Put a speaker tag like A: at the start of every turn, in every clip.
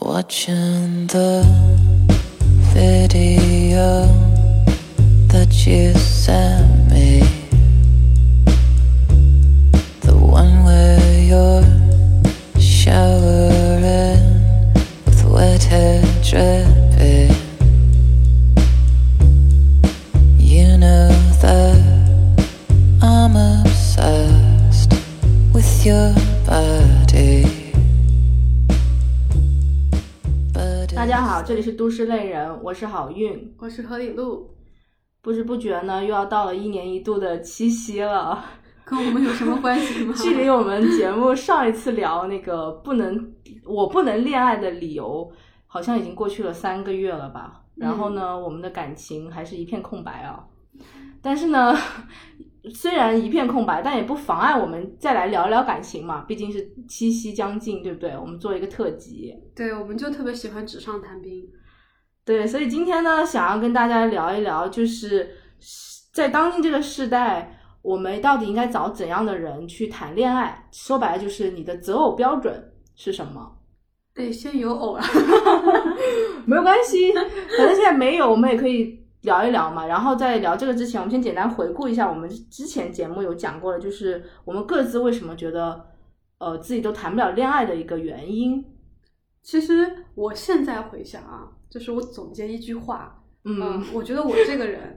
A: Watching the video that you sent me, the one where you're showering with wet hair dripping. You know that I'm obsessed with your body. But
B: 大家好，这里是都市丽人，我是好运。
C: 我是何里路，
B: 不知不觉呢，又要到了一年一度的七夕了。？
C: 跟我们有什么关系 吗
B: 距离我们节目上一次聊那个不能我不能恋爱的理由，好像已经过去了三个月了吧。然后呢，我们的感情还是一片空白啊。但是呢，虽然一片空白，但也不妨碍我们再来聊聊感情嘛。毕竟是七夕将近，对不对？我们做一个特辑。
C: 对，我们就特别喜欢纸上谈兵。
B: 对，所以今天呢，想要跟大家聊一聊，就是在当今这个时代，我们到底应该找怎样的人去谈恋爱？说白了，就是你的择偶标准是什么？
C: 得先有偶啊，
B: 没有关系，反正现在没有，我们也可以聊一聊嘛。然后在聊这个之前，我们先简单回顾一下我们之前节目有讲过的，就是我们各自为什么觉得呃自己都谈不了恋爱的一个原因。
C: 其实我现在回想啊，就是我总结一句话，啊
B: 嗯，
C: 我觉得我这个人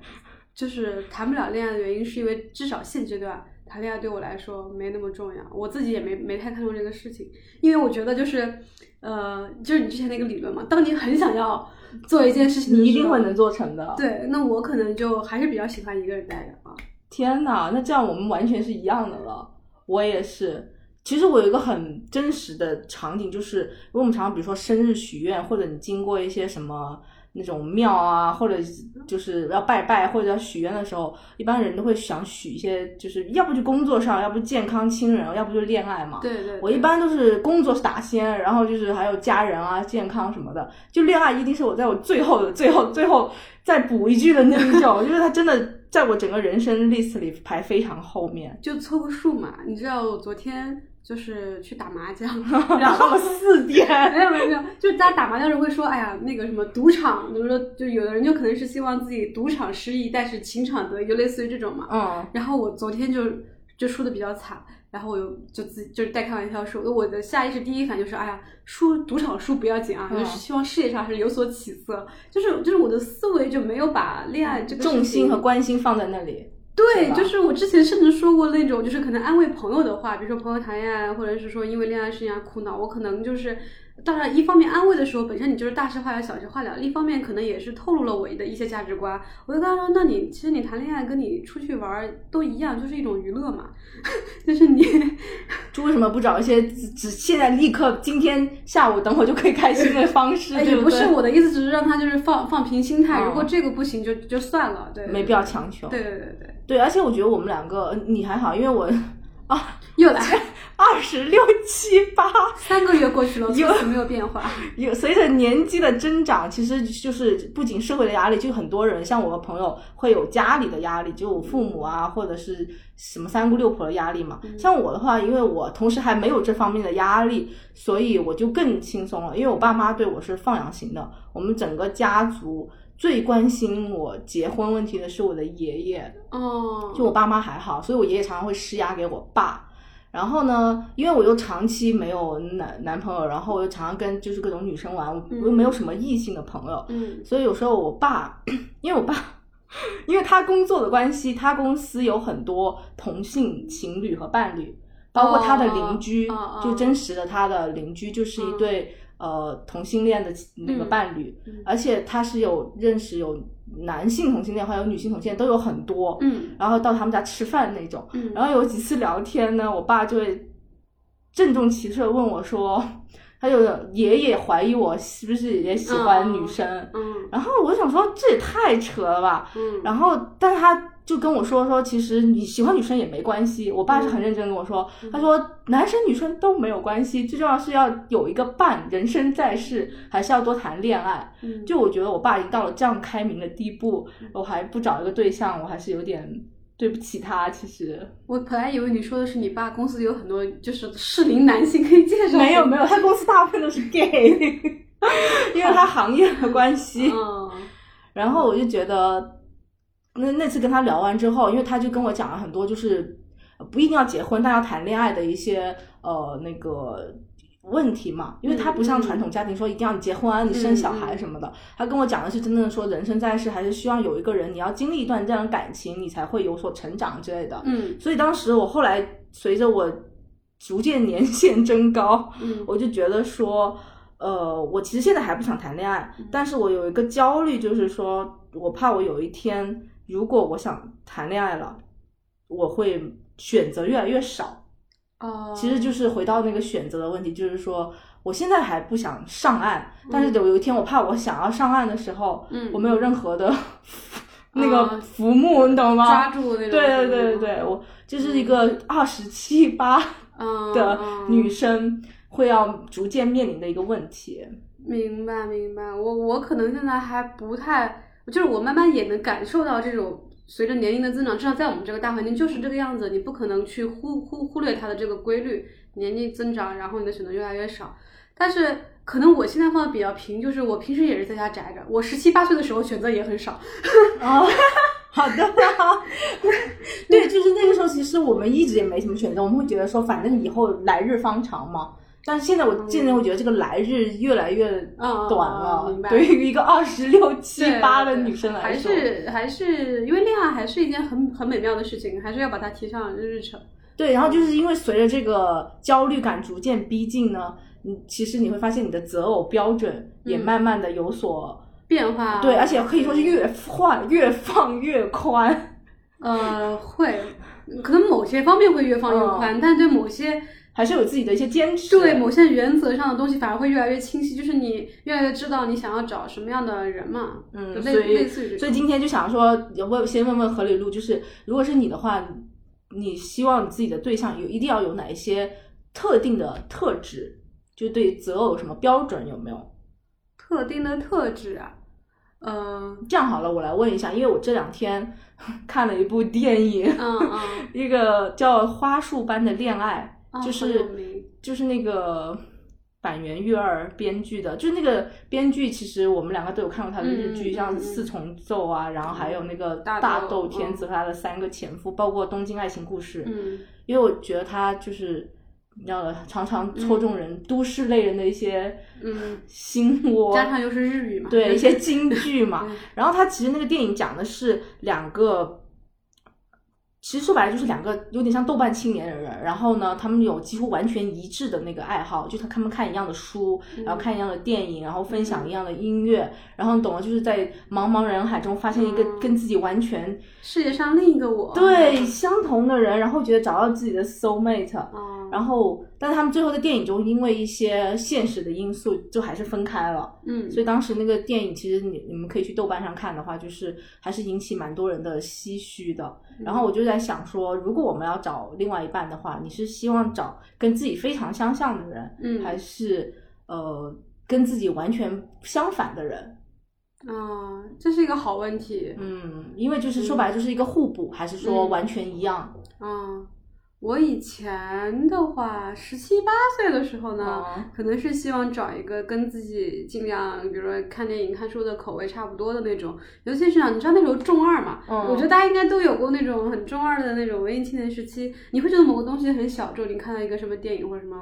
C: 就是谈不了恋爱的原因，是因为至少现阶段谈恋爱对我来说没那么重要，我自己也没没太看重这个事情，因为我觉得就是，呃，就是你之前那个理论嘛，当你很想要做一件事情的时候，
B: 你一定会能做成的。
C: 对，那我可能就还是比较喜欢一个人待着啊。
B: 天呐，那这样我们完全是一样的了。我也是。其实我有一个很真实的场景，就是因为我们常常比如说生日许愿，或者你经过一些什么那种庙啊，或者就是要拜拜或者要许愿的时候，一般人都会想许一些，就是要不就工作上，要不健康亲人，要不就恋爱嘛。
C: 对对对
B: 我一般都是工作是打先，然后就是还有家人啊、健康什么的，就恋爱一定是我在我最后的最后最后再补一句的那一种， 就是它真的在我整个人生 list 里排非常后面，
C: 就凑个数嘛。你知道我昨天就是去打 麻将，然
B: 然
C: 后
B: 后四点，
C: 没有没有没有，就大家打麻将时候会说，哎呀，那个什么赌场，怎么说？就有的人就可能是希望自己赌场失意，但是情场得意，就类似于这种嘛。
B: 嗯，
C: 然后我昨天就就输的比较惨，然后我就就自己就是带开玩笑说，我的下意识第一反应就是，哎呀，输赌场输不要紧啊，
B: 嗯
C: 就是希望事业上还是有所起色。就是就是我的思维就没有把 恋爱这个事
B: 重心
C: 情
B: 和关心放在那里，对
C: 对，
B: 吧
C: 就是我之前甚至说过那种，就是可能安慰朋友的话，比如说朋友谈恋爱，或者是说因为恋爱事情而苦恼，我可能就是，当然一方面安慰的时候，本身你就是大事化了，小事化了；另一方面可能也是透露了我的一些价值观。我就跟他说，那你其实你谈恋爱跟你出去玩儿都一样，就是一种娱乐嘛， 就是你
B: 就为什么不找一些只只现在立刻今天下午等会就可以开心的方式，
C: 哎
B: 对
C: 也不是
B: 对
C: 我的意思，只是让他就是放放平心态，
B: 嗯
C: 如果这个不行就就算了，对，
B: 没必要强求，
C: 对。对对对对，
B: 对，而且我觉得我们两个，呃你还好，因为我
C: 又来
B: 二十六七八。
C: 三个月过去了，
B: 又
C: 从此没有变化。
B: 有随着年纪的增长，其实就是不仅社会的压力，就很多人像我和朋友会有家里的压力，就我父母啊，或者是什么三姑六婆的压力嘛。像我的话，因为我同时还没有这方面的压力，所以我就更轻松了。因为我爸妈对我是放养型的，我们整个家族最关心我结婚问题的是我的爷爷。
C: 哦，
B: 就我爸妈还好，所以我爷爷常常会施压给我爸。然后呢，因为我又长期没有男男朋友，然后我又常常跟就是各种女生玩，我
C: 嗯
B: 又没有什么异性的朋友，
C: 嗯。
B: 所以有时候我爸， 因为我爸，因为他工作的关系，他公司有很多同性情侣和伴侣，包括他的邻居，
C: 哦哦哦嗯
B: 就真实的他的邻居就是一对、呃同性恋的那个伴侣，
C: 嗯嗯
B: 而且他是有认识有男性同性恋还有女性同性恋都有很多，
C: 嗯
B: 然后到他们家吃饭那种。
C: 嗯，
B: 然后有几次聊天呢，我爸就会郑重其事的问我说， 他就爷爷怀疑我是不是也喜欢女生。
C: 嗯
B: 然后我就想说这也太扯了吧。
C: 嗯，
B: 然后，但是他就跟我说说，其实你喜欢女生也没关系。我爸是很认真地跟我说，
C: 嗯
B: 他说男生女生都没有关系，最重要是要有一个伴，人生在世还是要多谈恋爱。
C: 嗯
B: 就我觉得我爸已经到了这样开明的地步，我还不找一个对象，我还是有点对不起他。其实
C: 我本来以为你说的是你爸公司有很多就是适龄男性可以介绍，
B: 没有没有，他公司大部分都是 gay，因为他行业的关系。
C: 嗯
B: 然后我就觉得，那那次跟他聊完之后，因为他就跟我讲了很多，就是呃不一定要结婚，但要谈恋爱的一些呃那个问题嘛。因为他不像传统家庭说一定要你结婚啊，你生小孩什么的。他跟我讲的是真正的说，人生在世还是希望有一个人，你要经历一段这样的感情，你才会有所成长之类的。
C: 嗯
B: 所以当时我后来随着我逐渐年限增高，
C: 嗯，
B: 我就觉得说，呃，我其实现在还不想谈恋爱，
C: 嗯
B: 但是我有一个焦虑，就是说我怕我有一天，如果我想谈恋爱了，我会选择越来越少。
C: 哦，
B: 其实就是回到那个选择的问题，就是说我现在还不想上岸，但是有一天我怕我想要上岸的时候，
C: 嗯
B: 我没有任何的 那个
C: 啊
B: 浮木，你懂吗？
C: 抓住那
B: 对
C: 种，
B: 对对对对，我就是一个二十七八
C: 嗯
B: 的女
C: 嗯
B: 生会要逐渐面临的一个问题。
C: 明白明白，我我可能现在还不太，就是我慢慢也能感受到这种随着年龄的增长，至少在我们这个大环境就是这个样子，你不可能去忽忽忽略它的这个规律，年龄增长，然后你的选择越来越少。但是可能我现在放的比较平，就是我平时也是在家宅着，我十七八岁的时候选择也很少，
B: 哦， 好的，对，就是那个时候，其实我们一直也没什么选择，我们会觉得说，反正以后来日方长嘛。但是现在我渐渐会觉得这个来日越来越
C: 嗯
B: 短了，
C: 明白
B: 对于一个二十六七
C: 对
B: 八的
C: 对
B: 女生来
C: 还
B: 说，
C: 是还是因为恋爱还是一件很很美妙的事情，还是要把它提上日程。
B: 对，然后就是因为随着这个焦虑感逐渐逼近呢，你其实你会发现你的择偶标准也
C: 嗯
B: 慢慢的有所、
C: 变化
B: 对，而且可以说是越换越放越宽，
C: 呃，会，可能某些方面会越放越
B: 哦
C: 宽，但对某些
B: 还是有自己的一些坚持。
C: 对某些原则上的东西反而会越来越清晰，就是你越来越知道你想要找什么样的人嘛，
B: 嗯，
C: 就
B: 所
C: 类类
B: 以
C: 似于这
B: 所
C: 种
B: 以今天就想说，问先问问何里路，就是如果是你的话，你希望你自己的对象有一定要有哪一些特定的特质？就对择偶有什么标准有没有？
C: 特定的特质啊， 呃，
B: 这样好了，我来问一下，因为我这两天 看了一部电影，
C: 嗯嗯，
B: 一个叫《花束般的恋爱
C: 啊》，
B: 就
C: 好有
B: 是
C: 名
B: 就是那个板垣悦二编剧的，就是那个编剧，其实我们两个都有看过他的日剧，
C: 嗯
B: 像
C: 嗯
B: 《四重奏》啊，然后还有那个
C: 大
B: 大
C: 豆
B: 豆天
C: 嗯
B: 子和他的三个前夫，包括《东京爱情故事》。
C: 嗯，
B: 因为我觉得他就是。你知道的，常常戳中人、都市类人的一些
C: 嗯
B: 心窝，
C: 加上又是日语嘛，
B: 对一
C: 人
B: 些京剧嘛
C: 嗯。
B: 然后他其实那个电影讲的是两个，其实说白了就是两个有点像豆瓣青年的人。然后呢，他们有几乎完全一致的那个爱好，就他他们看一样的书，
C: 嗯
B: 然后看一样的电影，然后分享一样的音乐。然后你懂了，就是在茫茫人海中发现一个
C: 嗯哦
B: 跟自己完全
C: 世界上另一个我，
B: 对相同的人，然后觉得找到自己的 soul mate。
C: 啊，
B: 然后，但是他们最后在电影中因为一些现实的因素，就还是分开了。
C: 嗯，
B: 所以当时那个电影，其实你你们可以去豆瓣上看的话，就是还是引起蛮多人的唏嘘的。然
C: 嗯
B: 后我就在想说，如果我们要找另外一半的话，你是希望找跟自己非常相像的人，
C: 嗯
B: 还是呃跟自己完全相反的人？
C: 啊，这是一个好问题，
B: 嗯，因为就是说白了就是一个互补，还是说
C: 嗯
B: 完全一样？
C: 嗯，我以前的话，十七八岁的时候呢，
B: 嗯
C: 可能是希望找一个跟自己尽量，比如说看电影、看书的口味差不多的那种。尤其是啊，你知道那时候中二嘛，
B: 嗯
C: 我觉得大家应该都有过那种很中二的那种文艺青年时期，你会觉得某个东西很小众，你看到一个什么电影或者什么，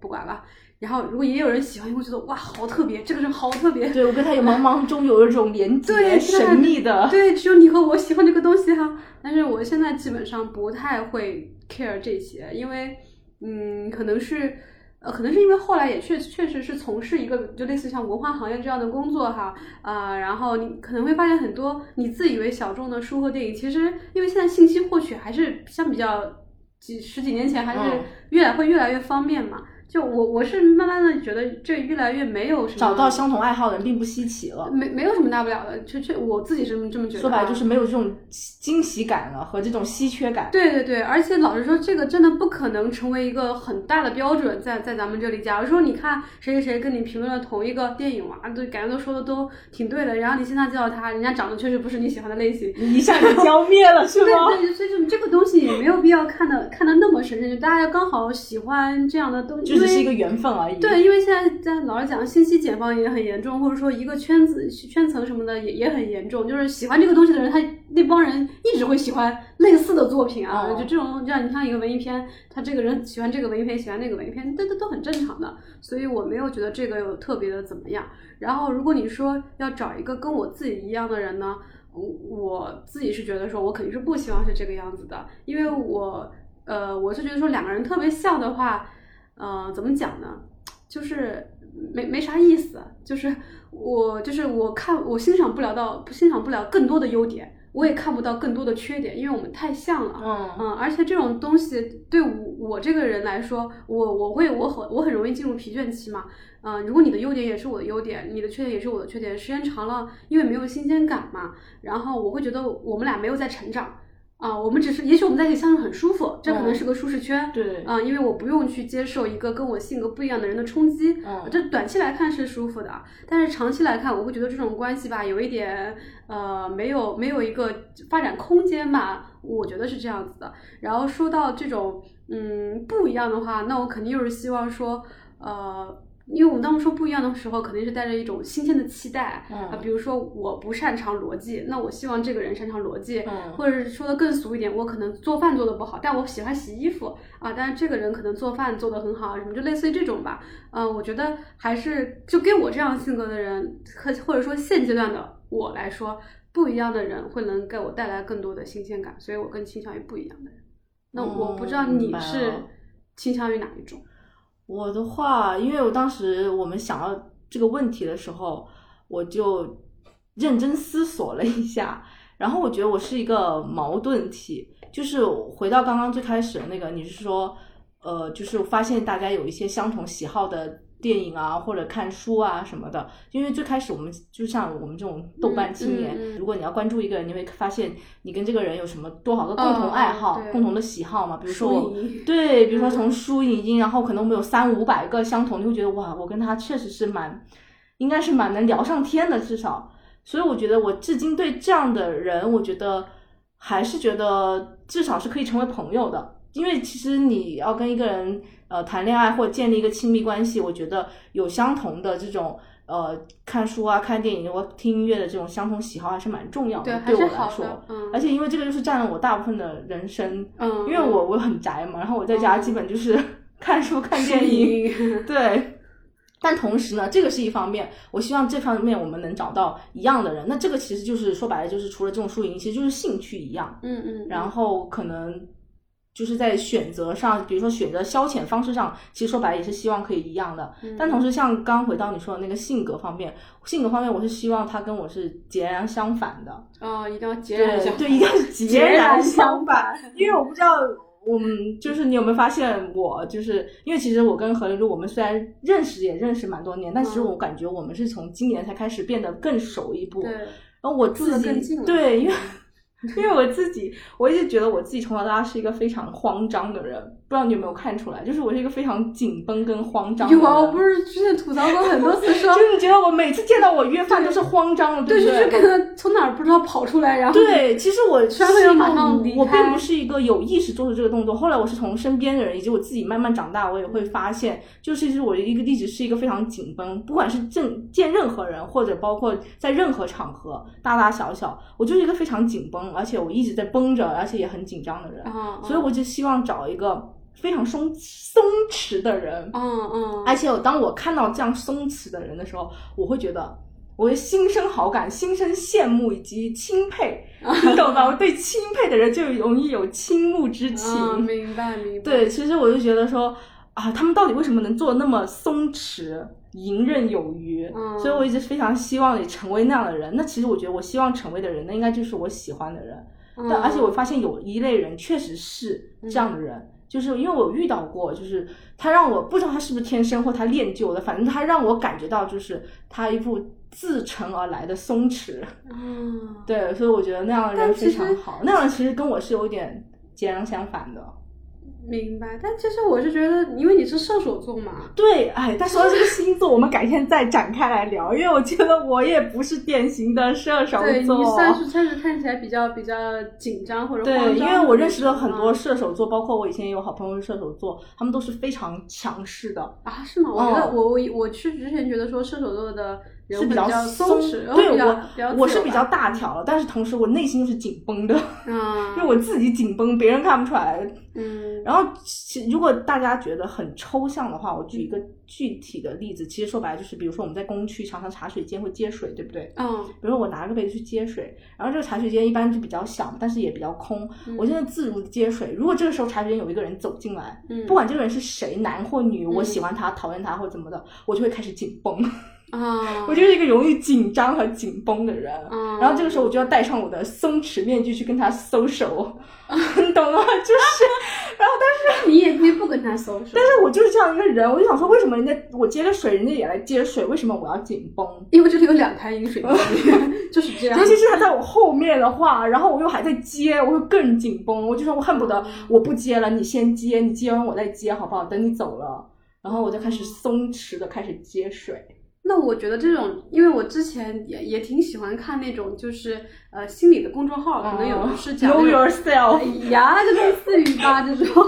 C: 不管吧。然后如果也有人喜欢，你会觉得哇，好特别，这个人好特别，
B: 对我跟他有茫茫中有一种连接，
C: 对是的
B: 神秘 的。
C: 对，只有你和我喜欢这个东西哈、但是我现在基本上不太会 care 这些，因为嗯，可能是呃，可能是因为后来也确确实是从事一个就类似像文化行业这样的工作哈啊、然后你可能会发现很多你自以为小众的书和电影，其实因为现在信息获取还是相比较几十几年前还是
B: 嗯
C: 越来会越来越方便嘛。就我我是慢慢的觉得这越来越没有什么
B: 找到相同爱好的人并不稀奇了。
C: 没没有什么大不了的，确确我自己是这么这么觉得啊。
B: 说白了就是没有这种惊喜感了和这种稀缺感。
C: 对对对，而且老实说，这个真的不可能成为一个很大的标准在，在咱们这里。假如说你看谁谁谁跟你评论了同一个电影哇，对，感觉都说的都挺对的，然后你现在见到他，人家长得确实不是你喜欢的类型。
B: 你一下就浇灭 了，是
C: 对
B: 吗？
C: 对，所以就这个东西也没有必要看的看的那么神圣，就大家刚好喜欢这样的东西，
B: 就只是一个缘分而已。
C: 对，因为现在在老实讲，信息茧房也很严重，或者说一个圈子圈层什么的也也很严重。就是喜欢这个东西的人，他那帮人一直会喜欢类似的作品啊。
B: 哦
C: 就这种，像你像一个文艺片，他这个人喜欢这个文艺片，喜欢那个文艺片，这这都很正常的。所以我没有觉得这个有特别的怎么样。然后如果你说要找一个跟我自己一样的人呢，我我自己是觉得说，我肯定是不希望是这个样子的，因为我呃，我是觉得说两个人特别像的话，呃，怎么讲呢？就是没没啥意思，就是我就是我看我欣赏不了到欣赏不了更多的优点，我也看不到更多的缺点，因为我们太像了。
B: 嗯，
C: 嗯，而且这种东西对我我这个人来说，我我会我很我很容易进入疲倦期嘛。嗯、如果你的优点也是我的优点，你的缺点也是我的缺点，时间长了，因为没有新鲜感嘛，然后我会觉得我们俩没有在成长啊、我们只是也许我们在一起相处很舒服，这可能
B: 嗯
C: 是个舒适圈。
B: 对，
C: 啊、因为我不用去接受一个跟我性格不一样的人的冲击，
B: 嗯
C: 这短期来看是舒服的，啊但是长期来看，我会觉得这种关系吧，有一点呃，没有没有一个发展空间吧，我觉得是这样子的。然后说到这种嗯不一样的话，那我肯定就是希望说呃。因为我们当时说不一样的时候，肯定是带着一种新鲜的期待
B: 嗯
C: 啊，比如说我不擅长逻辑，那我希望这个人擅长逻辑，
B: 嗯
C: 或者是说的更俗一点，我可能做饭做的不好，但我喜欢洗衣服啊，但是这个人可能做饭做的很好，什么就类似于这种吧。嗯、我觉得还是就跟我这样性格的人，或或者说现阶段的我来说，不一样的人会能给我带来更多的新鲜感，所以我更倾向于不一样的人。那我不知道
B: 嗯明
C: 你
B: 白
C: 是
B: 了
C: 倾向于哪一种？
B: 我的话，因为我当时我们想到这个问题的时候，我就认真思索了一下， 然后我觉得我是一个矛盾体，就是回到刚刚最开始的那个，你是说，呃，就是发现大家有一些相同喜好的电影啊，或者看书啊什么的，因为最开始我们就像我们这种豆瓣青年，
C: 嗯嗯嗯
B: 如果你要关注一个人，你会发现你跟这个人有什么多少个共同爱好、
C: 哦对
B: 共同的喜好嘛，比如说我
C: 输赢
B: 对，比如说从书影音，然后可能我们有三五百个相同，你会觉得哇，我跟他确实是蛮，应该是蛮能聊上天的，至少。所以我觉得我至今对这样的人，我觉得还是觉得至少是可以成为朋友的，因为其实你要跟一个人呃谈恋爱或者建立一个亲密关系，我觉得有相同的这种。呃，看书啊、看电影或听音乐的这种相同喜好还是蛮重要
C: 对
B: 的，
C: 还
B: 对
C: 是
B: 我来
C: 好
B: 说。
C: 的，嗯，
B: 而且因为这个就是占了我大部分的人生
C: 嗯，
B: 因为我我很宅嘛，然后我在家
C: 嗯
B: 基本就是 看书、看
C: 输
B: 电影，
C: 赢
B: 对。但同时呢，这个是一方面，我希望这方面我们能找到一样的人。那这个其实就是说白了，就是除了这种输赢，其实就是兴趣一样。
C: 嗯嗯，嗯
B: 然后可能就是在选择上，比如说选择消遣方式上，其实说白了也是希望可以一样的。
C: 嗯
B: 但同时，像刚刚回到你说的那个性格方面，性格方面我是希望他跟我是截然相反的。
C: 啊、一定要截然
B: 对
C: 相
B: 对，
C: 反
B: 一个是截
C: 然
B: 然
C: 相
B: 相
C: 反
B: 反。因为我不知道，我们就是你有没有发现我，就是因为其实我跟何玲珠，我们虽然认识也认识蛮多年，但其实
C: 嗯
B: 我感觉我们是从今年才开始变得更熟一步。
C: 对，
B: 然后我
C: 住
B: 自
C: 得
B: 己
C: 更近了
B: 对，因 为因为我自己，我一直觉得我自己从小到大是一个非常慌张的人，不知道你有没有看出来，就是我是一个非常紧绷跟慌张的
C: 有
B: 人。
C: 啊，我不是之前吐槽过很多次 说，
B: 就是你觉得我每次见到我约饭都是慌张的，
C: 对，
B: 不
C: 就
B: 对？
C: 是可能从哪儿不知道跑出来，然后
B: 对，其实我
C: 突然会有
B: 是一个
C: 马上离
B: 我
C: 开
B: 并不是一个有意识做出这个动作。后来我是从身边的人以及我自己慢慢长大，我也会发现，就是其实我一个一直是一个非常紧绷，不管是正见任何人，或者包括在任何场合，大大小小，我就是一个非常紧绷，而且我一直在绷着，而且也很紧张的人。
C: 啊，
B: 所以我就希望找一个非常松松弛的人。
C: 嗯嗯，
B: 而且我当我看到这样松弛的人的时候，我会觉得我会心生好感、心生羡慕以及钦佩， 你懂吧？我对钦佩的人就容易有倾慕之情。
C: 啊，明白明白，
B: 对，其实我就觉得说啊，他们到底为什么能做得那么松弛、游刃有余？
C: 嗯
B: 所以我一直非常希望也成为那样的人。那其实我觉得我希望成为的人，那应该就是我喜欢的人。
C: 嗯，
B: 但而且我发现有一类人确实是这样的人，就是因为我遇到过，就是他让我不知道他是不是天生或他练就的，反正他让我感觉到就是他一副自成而来的松弛。
C: 嗯，
B: 对，所以我觉得那样的
C: 但
B: 人
C: 其
B: 非常
C: 实
B: 好，那样的人其实跟我是有点截然相反的。
C: 明白。但其实我是觉得，因为你是射手座嘛，
B: 对，哎，但说到这个星座，我们改天再展开来聊，因为我觉得我也不是典型的射手
C: 对你
B: 座。
C: 算是确实看起来比较比较紧张或者
B: 对，
C: 慌张
B: 因为我认识了很多
C: 啊
B: 射手座，包括我以前也有好朋友是射手座，他们都是非常强势的，
C: 啊，是吗？我觉得
B: 哦
C: 我我我去之前觉得说射手座的人
B: 是
C: 会
B: 比较
C: 松
B: 松。
C: 弛，然后
B: 对
C: 比较
B: 我
C: 比较，自
B: 我是
C: 由
B: 比较
C: 吧嗯
B: 大条的，但是同时我内心是紧绷的，
C: 啊，
B: 因为我自己紧绷，别人看不出来。
C: 嗯
B: 然后其，如果大家觉得很抽象的话，我举一个具体的例子，其实说白了就是，比如说我们在工区常常茶水间会接水，对不对？
C: 嗯
B: 比如说我拿个杯子去接水，然后这个茶水间一般就比较小，但是也比较空。
C: 嗯
B: 我现在自如地接水，如果这个时候茶水间有一个人走进来，
C: 嗯，
B: 不管这个人是谁，男或女，
C: 嗯
B: 我喜欢他、讨厌他或怎么的，我就会开始紧绷。
C: 啊，
B: 我就是一个容易紧张和紧绷的人。
C: 啊，
B: 然后这个时候我就要戴上我的松弛面具去跟他 social，你 懂吗？就是，
C: 你也可以不跟他搜，但
B: 但是我就是这样一个人，我就想说，为什么人家我接了水，人家也来接水，为什么我要紧绷？
C: 因为这里有两台饮水机， 就是这样
B: 尤。其是他在我后面的话，然后我又还在接，我会更紧绷。我就说我恨不得我不接了，你先接，你接完我再接，好不好？等你走了，然后我就开始松弛的开始接水。
C: 那我觉得这种，因为我之前也也挺喜欢看那种，就是呃心理的公众号，可能有的是讲那
B: 哦 know
C: 种
B: yourself，
C: 哎呀，就类似于吧这种。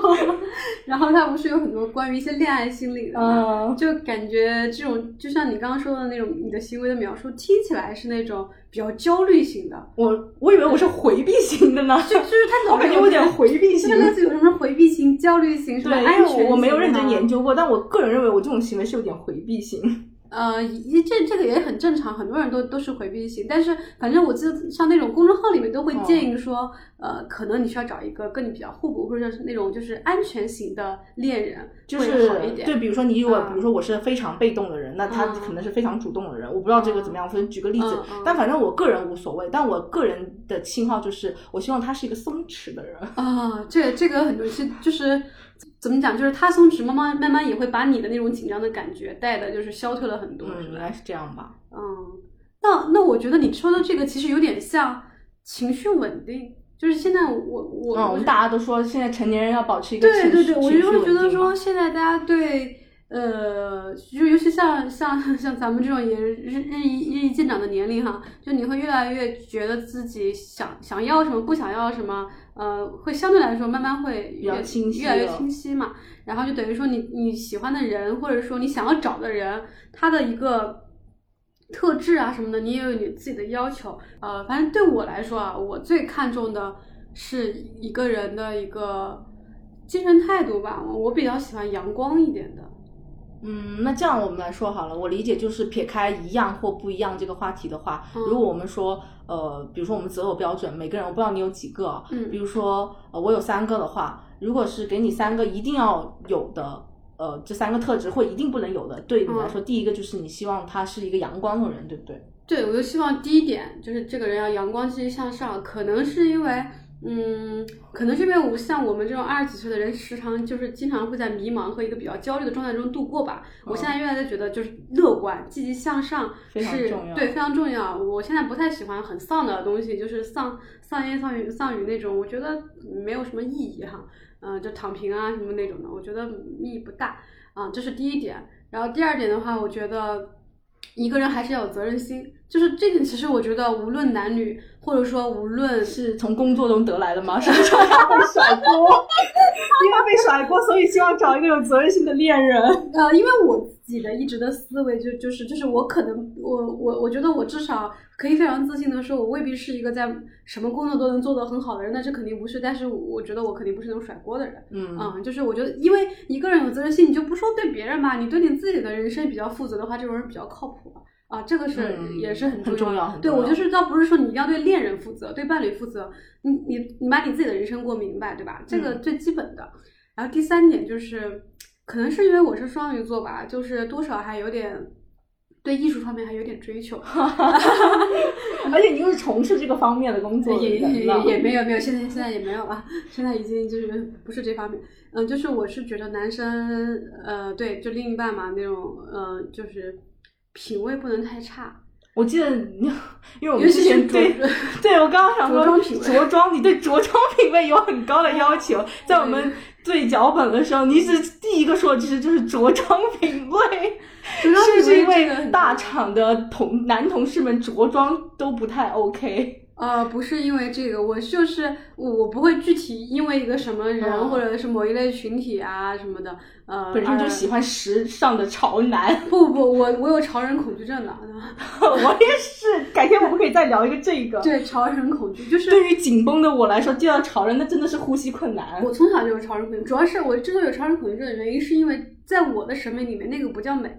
C: 然后它不是有很多关于一些恋爱心理的嘛，
B: 嗯，
C: 就感觉这种就像你刚刚说的那种，你的行为的描述听起来是那种比较焦虑型的，
B: 我我以为我是回避型的呢，
C: 就就是他
B: 我
C: 脑
B: 感
C: 袋
B: 觉我有点回避
C: 就
B: 型
C: 是。类似于什么回避型、焦虑型、什么
B: 对，因
C: 安全型
B: 为哎我我没有认真
C: 啊
B: 研究过，但我个人认为我这种行为是有点回避型。
C: 呃，一这这个也很正常，很多人都都是回避型，但是反正我记得像那种公众号里面都会
B: 哦
C: 建议说，呃，可能你需要找一个跟你比较互补，或者是那种就是安全型的恋人，
B: 就是
C: 会好一点。
B: 对，比如说你如果、
C: 嗯
B: 比如说我是非常被动的人，那他
C: 嗯
B: 可能是非常主动的人。我不知道这个怎么样分，举个例子，
C: 嗯嗯
B: 但反正我个人无所谓。但我个人的信号就是，我希望他是一个松弛的人。
C: 啊，这这个很多是就是怎么讲，就是他松弛，慢慢慢慢也会把你的那种紧张的感觉带的，就是消退了很 多，
B: 嗯，
C: 是
B: 应
C: 吧
B: 该？是这样吧。
C: 嗯，那那我觉得你说的这个其实有点像情绪稳定，就是现在我我
B: 嗯，我们大家都说现在成年人要保持一个
C: 对
B: 情
C: 对
B: 绪
C: 对，我
B: 情绪
C: 就会觉
B: 稳
C: 得
B: 定
C: 说，
B: 吧
C: 现在大家对呃，就尤其像像像咱们这种也日日益日益渐长的年龄哈，就你会越来越觉得自己想想要什么，不想要什么，呃，会相对来说慢慢会
B: 比较
C: 越
B: 清晰
C: 越来越
B: 了
C: 清晰嘛。然后就等于说你你喜欢的人，或者说你想要找的人，他的一个。特质啊什么的，你也有你自己的要求。呃，反正对我来说啊，我最看重的是一个人的一个精神态度吧。我比较喜欢阳光一点的。
B: 嗯，那这样我们来说好了。我理解就是撇开一样或不一样这个话题的话，
C: 嗯
B: 如果我们说，呃，比如说我们择偶标准，每个人我不知道你有几个啊，比
C: 嗯
B: 如说，呃，我有三个的话，如果是给你三个一定要有的，呃，这三个特质或一定不能有的，对你来说，第一个就是你希望他是一个阳光的人，对不对？
C: 对，我就希望第一点就是这个人要阳光、积极向上。可能是因为，嗯，可能是因为我像我们这种二十几岁的人，时常就是经常会在迷茫和一个比较焦虑的状态中度过吧。我现在越来越觉得，就是乐观、积极向上
B: 哦非常
C: 是
B: 重要
C: 对非常重要。我现在不太喜欢很丧的东西，就是丧丧烟、丧雨、丧雨那种，我觉得没有什么意义哈。嗯、就躺平啊什么那种的，我觉得意义不大啊、这是第一点。然后第二点的话，我觉得一个人还是要有责任心，就是这点。其实我觉得无论男女，或者说无论
B: 是从工作中得来的吗？ 是不是要被甩锅？ 因为被甩锅，所以希望找一个有责任心的恋人。
C: 呃，因为我自己的一直的思维就就是就是我可能我我我觉得我至少可以非常自信的说，我未必是一个在什么工作都能做得很好的人，那这肯定不是。但是我我觉得我肯定不是那种甩锅的人。
B: 嗯
C: 嗯，就是我觉得，因为一个人有责任心，你就不说对别人吧，你对你自己的人生比较负责的话，这种人比较靠谱吧。啊，这个是、
B: 嗯
C: 也是很
B: 很重
C: 要
B: 要
C: 的。
B: 很
C: 对
B: 重
C: 我
B: 要
C: 就是倒不是说你一定要对恋人负责，对伴侣负责，你你你把你自己的人生过明白，对吧？这个
B: 嗯
C: 最基本的。然后第三点就是，可能是因为我是双鱼座吧，就是多少还有点对艺术方面还有点追求，
B: 而且你又是从事这个方面的工作的
C: 也也
B: 人了，
C: 也没有没有，现在现在也没有啊，现在已经就是不是这方面，嗯，就是我是觉得男生呃，对，就另一半嘛那种，呃，就是品味不能太差，
B: 我记得，因为我
C: 尤
B: 们
C: 其
B: 之
C: 是
B: 前
C: 着
B: 对 对，我刚刚想说
C: 着装品味嗯
B: 着装，你对着装品味有很高的要求。在我们对脚本的时候，你是第一个说的其实就是着装品味，
C: 着装
B: 是不是
C: 品
B: 因
C: 味这个很
B: 为大厂的同男同事们着装都不太 OK？
C: 呃，不是因为这个，我就是我我不会具体因为一个什么人、
B: 嗯
C: 或者是某一类群体啊什么的，呃，
B: 本身就
C: 而
B: 喜欢时尚的潮男，
C: 不不不，我我有潮人恐惧症的，
B: 我也是。改天我们可以再聊一个这个。
C: 对潮人恐惧就是
B: 对于紧绷的我来说，见到潮人那真的是呼吸困难。
C: 我从小就有潮人恐惧，主要是我之所以有潮人恐惧症的原因，是因为在我的审美里面，那个不叫美。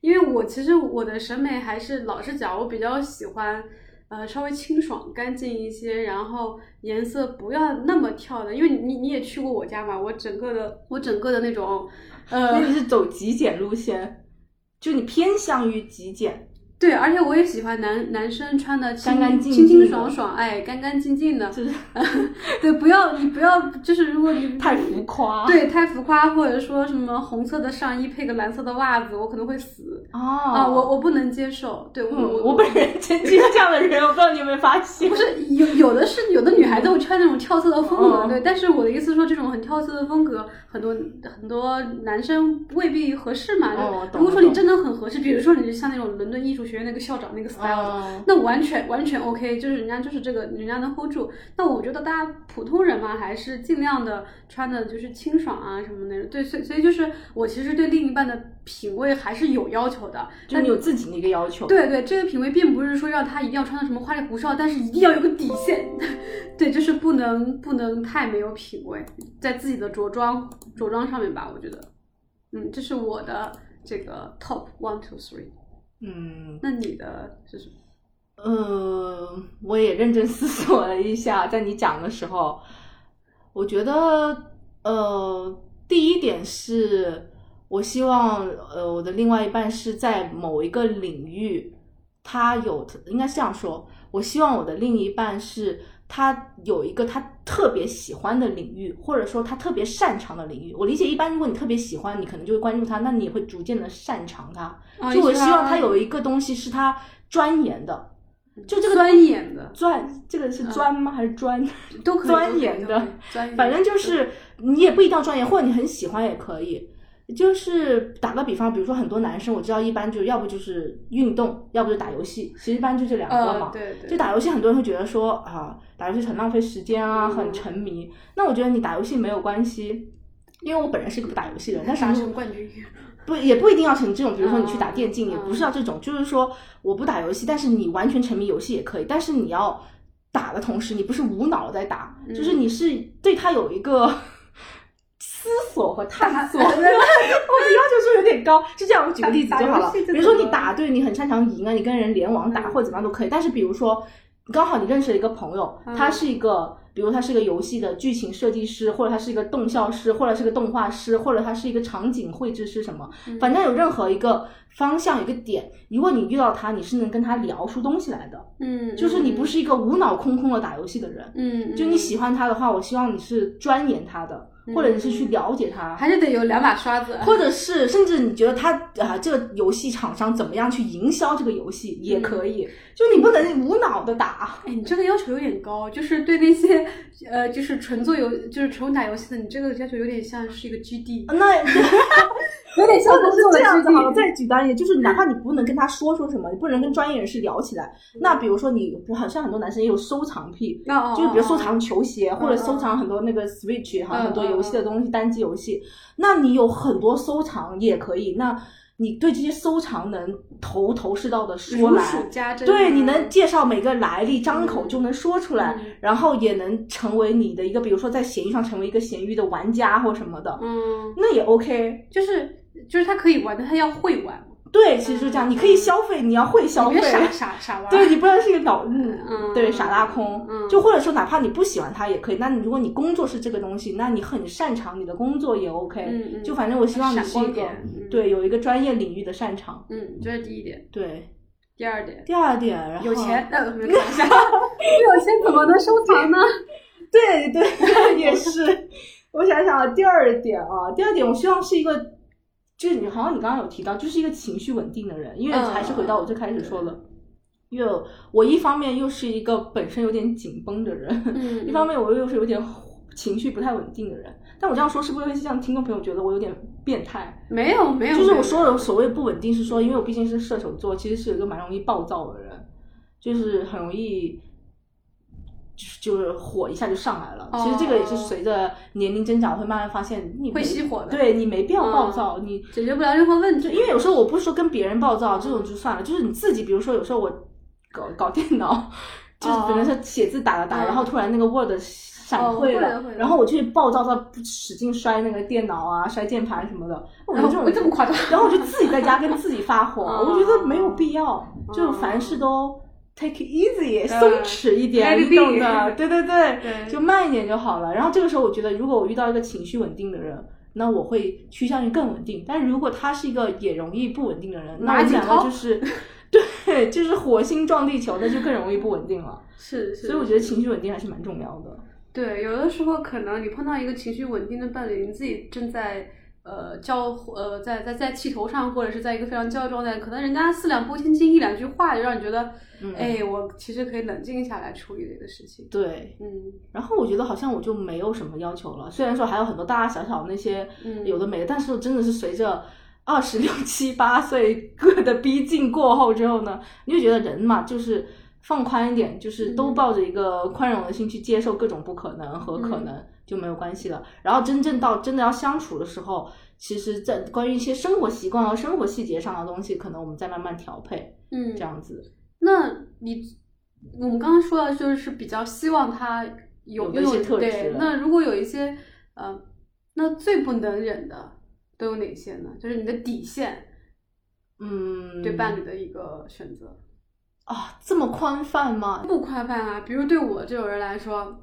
C: 因为我其实我的审美还是老实讲，我比较喜欢，呃，稍微清爽、干净一些，然后颜色不要那么跳的。因为你你你也去过我家嘛，我整个的我整个的那种，
B: 那
C: 呃，
B: 你是走极简路线，就你偏向于极简。
C: 对，而且我也喜欢男男生穿的
B: 干干净
C: 清
B: 净
C: 清
B: 的
C: 爽爽，哎，干干净净的。
B: 就是
C: 对，不要你不要，就是如果你
B: 太浮夸。
C: 对，太浮夸，或者说什么红色的上衣配个蓝色的袜子，我可能会死啊、
B: 啊
C: 我我不能接受。对我、
B: 嗯
C: 我
B: 我本人曾经是这样的人，我不知道你有没有发现
C: 不。是有有的是有的女孩子会穿那种跳色的风格，
B: 嗯
C: 对，但是我的意思说这种很跳色的风格，很多很多男生未必合适嘛。就
B: 哦我懂
C: 如果说
B: 我
C: 你
B: 懂
C: 真的很合适，比如说你像那种伦敦艺术学院那个校长那个 style，、
B: 嗯
C: 那完全完全 OK，就是人家就是这个，人家能 hold 住。那我觉得大家普通人嘛，还是尽量的穿的就是清爽啊什么那种。对，所以所以就是我其实对另一半的品味还是有要求的。
B: 就你有自己的一个要求。，
C: 对对，这个品味并不是说让他一定要穿的什么花里胡哨，但是一定要有个底线。对，就是不能不能太没有品味，在自己的着装着装上面吧，我觉得，嗯，这是我的这个 top one two three。
B: 嗯
C: 那你的是什么？
B: 呃，我也认真思索了一下，在你讲的时候，我觉得呃，第一点是我希望呃我的另外一半是在某一个领域，他有应该是这样说，我希望我的另一半是他有一个他特别喜欢的领域，或者说他特别擅长的领域。我理解，一般如果你特别喜欢，你可能就会关注他，那你也会逐渐的擅长他。
C: 啊
B: 就我希望
C: 他
B: 他有一个东西是他钻研的，就这个
C: 钻研的
B: 钻，这个是
C: 嗯
B: 钻吗？还是砖？
C: 都可以
B: 钻研的，
C: 钻研，
B: 反正就是你也不一定要钻研，或者你很喜欢也可以。就是打个比方，比如说很多男生，我知道一般就要不就是运动，要不就打游戏，其实一般就这两个嘛
C: 呃，。对对，
B: 就打游戏，很多人会觉得说啊，打游戏很浪费时间啊，
C: 嗯
B: 很沉迷。那我觉得你打游戏没有关系，因为我本人是个不打游戏的人，但是
C: 拿什么冠军？
B: 不也不一定要成这种，比如说你去打
C: 嗯
B: 电竞，也
C: 嗯
B: 不是要这种，就是说我不打游戏，但是你完全沉迷游戏也可以，但是你要打的同时，你不是无脑地在打，就是
C: 嗯
B: 你是对它有一个思索和探 索。我的要求是不是有点高，是这样，我举个例子就好
C: 打
B: 了。
C: 打游戏
B: 比
C: 这
B: 如说
C: 怎么
B: 你打对你很擅长赢啊，你跟人联网打
C: 嗯
B: 或者怎么样都可以，但是比如说刚好你认识了一个朋友，
C: 嗯
B: 他是一个，比如他是一个游戏的剧情设计师，或者他是一个动效师，或者是个动画师，或者他是一个场景绘制师什么，
C: 嗯
B: 反正有任何一个方向有一个点，如果你遇到他，你是能跟他聊出东西来的，
C: 嗯，
B: 就是你不是一个无脑空空的打游戏的人，
C: 嗯，嗯，
B: 就你喜欢他的话，我希望你是钻研他的，或者你是去了解他
C: 嗯，。还是得有两把刷子，
B: 或者是，甚至你觉得他啊，这个游戏厂商怎么样去营销这个游戏也可以，就你不能无脑的打。
C: 哎，你这个要求有点高，就是对那些呃，就是纯做游，就是纯打游戏的，你这个要求有点像是一个 GD，
B: 那
C: 有点
B: 或者是这
C: 的
B: 样子好了，
C: GD。
B: 再举单例，就是哪怕你不能跟他说说什么，你不能跟专业人士聊起来。那比如说你，好像很多男生也有收藏癖，
C: 那
B: 就是比如收藏球鞋，或者
C: 嗯
B: 收藏很多那个 Switch，好像很多
C: 嗯嗯
B: 游戏的东西，单机游戏。那你有很多收藏也可以，那你对这些收藏能头头是道的说
C: 如
B: 来，
C: 数家珍啊，
B: 对，你能介绍每个来历，张口就能说出来，
C: 嗯
B: 然后也能成为你的一个，比如说在闲鱼上成为一个闲鱼的玩家或什么的，
C: 嗯，
B: 那也 OK。
C: 就是就是他可以玩，但他要会玩，
B: 对，其实就这样，你可以消费，你要会消
C: 你
B: 费
C: 别，傻傻傻玩。
B: 哦 对你不能是个脑嗯
C: 嗯
B: 对傻大空，
C: 嗯
B: 就或者说哪怕你不喜欢它也可以。那你如果你工作是这个东西，那你很擅长你的工作也 OK。
C: 嗯嗯
B: 就反正我希望你
C: 闪
B: 是
C: 光
B: 一个
C: 点嗯
B: 对有一个专业领域的擅长。
C: 嗯，这是第一点，
B: 对，
C: 第二点。
B: 第二点，然后
C: 有钱，呃， 没有开玩笑有钱怎么能收藏呢？
B: 对对，也是。我想想啊，第二点啊，第二点，我希望是一个，就是你好像你刚刚有提到，就是一个情绪稳定的人，因为
C: 嗯
B: 还是回到我最开始说的，又我一方面又是一个本身有点紧绷的人，
C: 嗯，
B: 一方面我又是有点情绪不太稳定的人。但我这样说是不是会让听众朋友觉得我有点变态？
C: 没有没有，
B: 就是
C: 没有
B: 我说的所谓不稳定，是说因为我毕竟是射手座，其实是一个蛮容易暴躁的人，就是很容易。就是就是火一下就上来了，
C: 哦
B: 其实这个也是随着年龄增长，会慢慢发现你没
C: 会熄火的嗯
B: 对你没必要暴躁，你
C: 解决不了任何问题，
B: 就因为有时候我不是说跟别人暴躁这种就算了，就是你自己，比如说有时候我搞搞电脑， 就是比如说写字打打打，
C: 嗯
B: 然后突然那个 Word 闪
C: 哦
B: 退
C: 会的
B: 了，
C: 会的
B: 然后我就会暴躁到使劲摔那个电脑啊，摔键盘什么的。我觉
C: 然
B: 得
C: 后
B: 这
C: 哦会
B: 种
C: 这么夸张，
B: 然后我就自己在家跟自己发 火，
C: 嗯
B: 我觉得没有必要，就
C: 嗯
B: 凡事都 take it easy，、
C: 嗯
B: 松弛一点，
C: let it
B: 你懂
C: be
B: 的，对对对，
C: 对
B: 就慢一点就好了。然后这个时候，我觉得如果我遇到一个情绪稳定的人。那我会趋向于更稳定，但如果他是一个也容易不稳定的人，那
C: 马
B: 我们
C: 景
B: 两个
C: 涛
B: 就是，对，就是火星撞地球，那就更容易不稳定 了。
C: 是是，
B: 所以我觉得情绪稳定还是蛮重要的。
C: 对，有的时候可能你碰到一个情绪稳定的伴侣，你自己正在呃交呃在在在气头上，或者是在一个非常焦虑状态，可能人家四两拨千斤一两句话就让你觉得，
B: 嗯
C: 哎，我其实可以冷静下来处理这个事情。
B: 对，
C: 嗯，
B: 然后我觉得好像我就没有什么要求了，虽然说还有很多大大小小那些
C: 嗯
B: 有的没的，但是真的是随着二十六七八岁各的逼近过后之后呢，你就觉得人嘛就是放宽一点，就是都
C: 嗯
B: 抱着一个宽容的心去接受各种不可能和
C: 嗯
B: 可能就没有关系了。然后真正到真的要相处的时候，其实在关于一些生活习惯和生活细节上的东西，可能我们再慢慢调配
C: 嗯
B: 这，样子。
C: 那你我们刚刚说到就是比较希望他有
B: 有的一些
C: 有
B: 特质
C: 对，那如果有一些呃，那最不能忍的都有哪些呢？就是你的底线
B: 嗯，
C: 对伴侣的一个选择。
B: 啊，这么宽泛吗？
C: 不宽泛啊，比如对我这种人来说，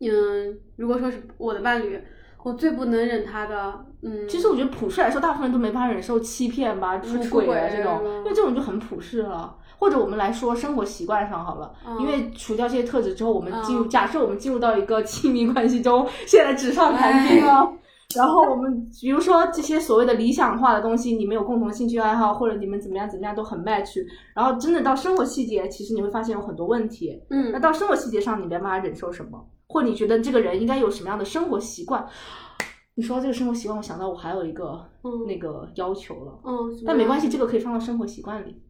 C: 嗯，如果说是我的伴侣，我最不能忍他的，嗯，
B: 其实我觉得普世来说，大部分人都没法忍受欺骗吧、出
C: 出
B: 轨啊
C: 轨
B: 这种，
C: 嗯
B: 因为这种就很普世了。或者我们来说生活习惯上好了，
C: 嗯
B: 因为除掉这些特质之后，我们进入、
C: 嗯
B: 假设我们进入到一个亲密关系中，现在纸上谈兵啊。然后我们比如说这些所谓的理想化的东西，你们有共同兴趣爱好，或者你们怎么样怎么样都很 match。然后真的到生活细节，其实你会发现有很多问题。那
C: 嗯，
B: 到生活细节上，你没办法忍受什么，或你觉得这个人应该有什么样的生活习惯？你说到这个生活习惯，我想到我还有一个、
C: 嗯
B: 那个要求了，
C: 嗯，
B: 但没关
C: 系，
B: 系，这个可以放到生活习惯里。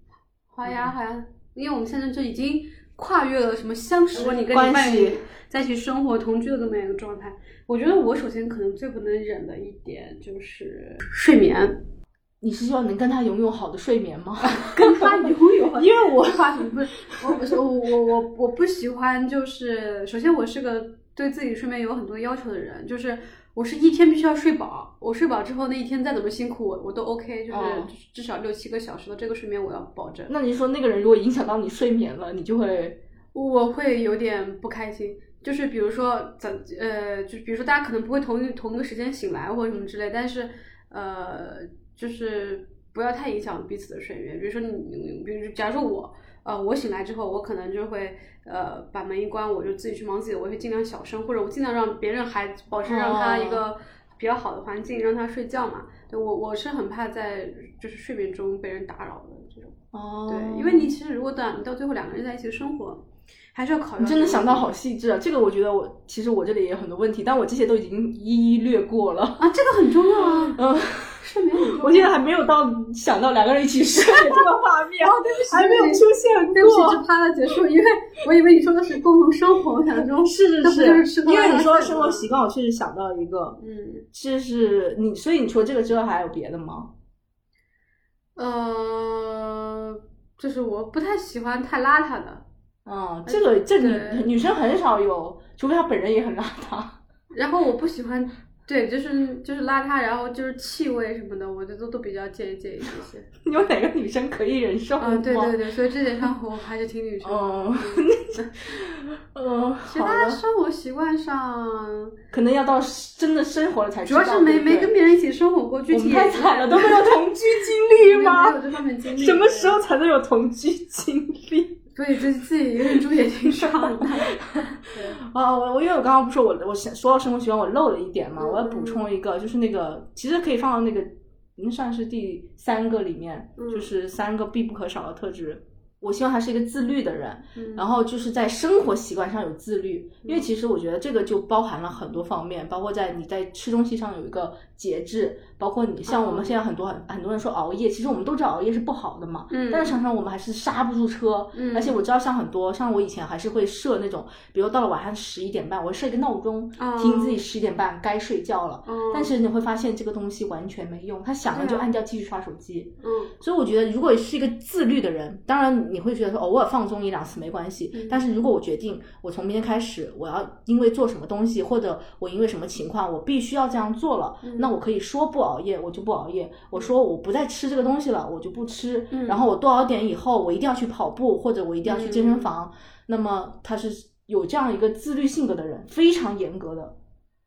C: 好呀好呀，因为我们现在就已经跨越了什么相识
B: 如果你跟你
C: 关
B: 伴
C: 系
B: 侣
C: 在一起生活同居的这么一个状态，我觉得我首先可能最不能忍的一点就是睡眠，
B: 你是希望能跟他拥有好的睡眠吗？
C: 跟他拥有
B: 因为我
C: 话题不是我我我我我不喜欢，就是首先我是个对自己睡眠有很多要求的人，就是我是一天必须要睡饱，我睡饱之后那一天再怎么辛苦我我都 OK，就是
B: 哦
C: 至少六七个小时的这个睡眠我要保证，
B: 那你说那个人如果影响到你睡眠了，你就会
C: 我会有点不开心。就是比如说，咱呃，就比如说大家可能不会同一同一个时间醒来或者什么之类，但是呃，就是不要太影响彼此的睡眠。比如说你，你比如假如说我，呃，我醒来之后，我可能就会呃把门一关，我就自己去忙自己，我会尽量小声，或者我尽量让别人还保持让他一个比较好的环境，让他睡觉嘛。对我我是很怕在就是睡眠中被人打扰的这种。
B: 哦
C: 对，因为你其实如果到你到最后两个人在一起生活，还是要考虑。
B: 你真的想到好细致啊！这个我觉得我其实我这里也有很多问题，但我这些都已经一一略过了。
C: 啊，这个很重要 啊，
B: 嗯，
C: 睡眠很重要。
B: 我现在还没有到想到两个人一起睡的这个画面，
C: 哦，对不起，
B: 还没有出现过。
C: 对不起，这趴的结束，因为我以为你说的是共同生活，我 想中
B: 哦是
C: 那
B: 是
C: 不就是吃
B: 是，
C: 喝
B: 因
C: 拉撒
B: 为你说
C: 睡
B: 生
C: 吗
B: 活习惯，我确实想到一个，
C: 嗯
B: 就是你，所以你除了这个之外还有别的吗？
C: 呃，就是我不太喜欢太邋遢的，
B: 啊、这个这个
C: 嗯对
B: 女女生很少有，除非她本人也很邋遢。
C: 然后我不喜欢。对，就是就是邋遢，然后就是气味什么的，我就都都比较介意介意这些。
B: 有哪个女生可以忍受吗？
C: 啊，对对对，所以这点上我还是挺女生的。
B: 哦
C: 嗯
B: 嗯，
C: 其
B: 好
C: 他
B: 的，
C: 生活习惯上，
B: 可能要到真的生活了才知
C: 主
B: 道。
C: 要是没
B: 对
C: 没
B: 不对
C: 跟别人一起生活过，具
B: 我
C: 体
B: 们
C: 也
B: 太
C: 不
B: 惨了，
C: 太
B: 都没有同居
C: 没有
B: 经历吗
C: 没？有这方面经历。
B: 什么时候才能有同居经历？
C: 对？对，自自己一个人住也挺 爽的。对
B: 啊，我我因为我刚刚不是我我想说到生活习惯，我漏了一点嘛，
C: 嗯
B: 我要补充一个，就是那个其实可以放到那个，那算是第三个里面，
C: 嗯
B: 就是三个必不可少的特质。我希望他是一个自律的人，
C: 嗯
B: 然后就是在生活习惯上有自律，因为其实我觉得这个就包含了很多方面，包括在你在吃东西上有一个节制，包括你
C: 嗯
B: 像我们现在很多很很多人说熬夜，其实我们都知道熬夜是不好的嘛，
C: 嗯
B: 但是常常我们还是刹不住车，
C: 嗯
B: 而且我知道像很多像我以前还是会设那种，比如到了晚上十一点半，我会设一个闹钟，
C: 哦
B: 提醒自己十一点半该睡觉了，
C: 嗯
B: 但是你会发现这个东西完全没用，他响了
C: 对
B: 就
C: 啊
B: 按掉继续刷手机，
C: 嗯
B: 所以我觉得，如果是一个自律的人，当然你会觉得说偶尔放纵一两次没关系。
C: 嗯
B: 但是如果我决定，我从明天开始，我要因为做什么东西，或者我因为什么情况，我必须要这样做了，
C: 嗯
B: 那我可以说不熬夜，我就不熬夜；我说我不再吃这个东西了，我就不吃。
C: 嗯
B: 然后我多少点以后，我一定要去跑步，或者我一定要去健
C: 嗯
B: 身房。那么他是有这样一个自律性格的人，非常严格的。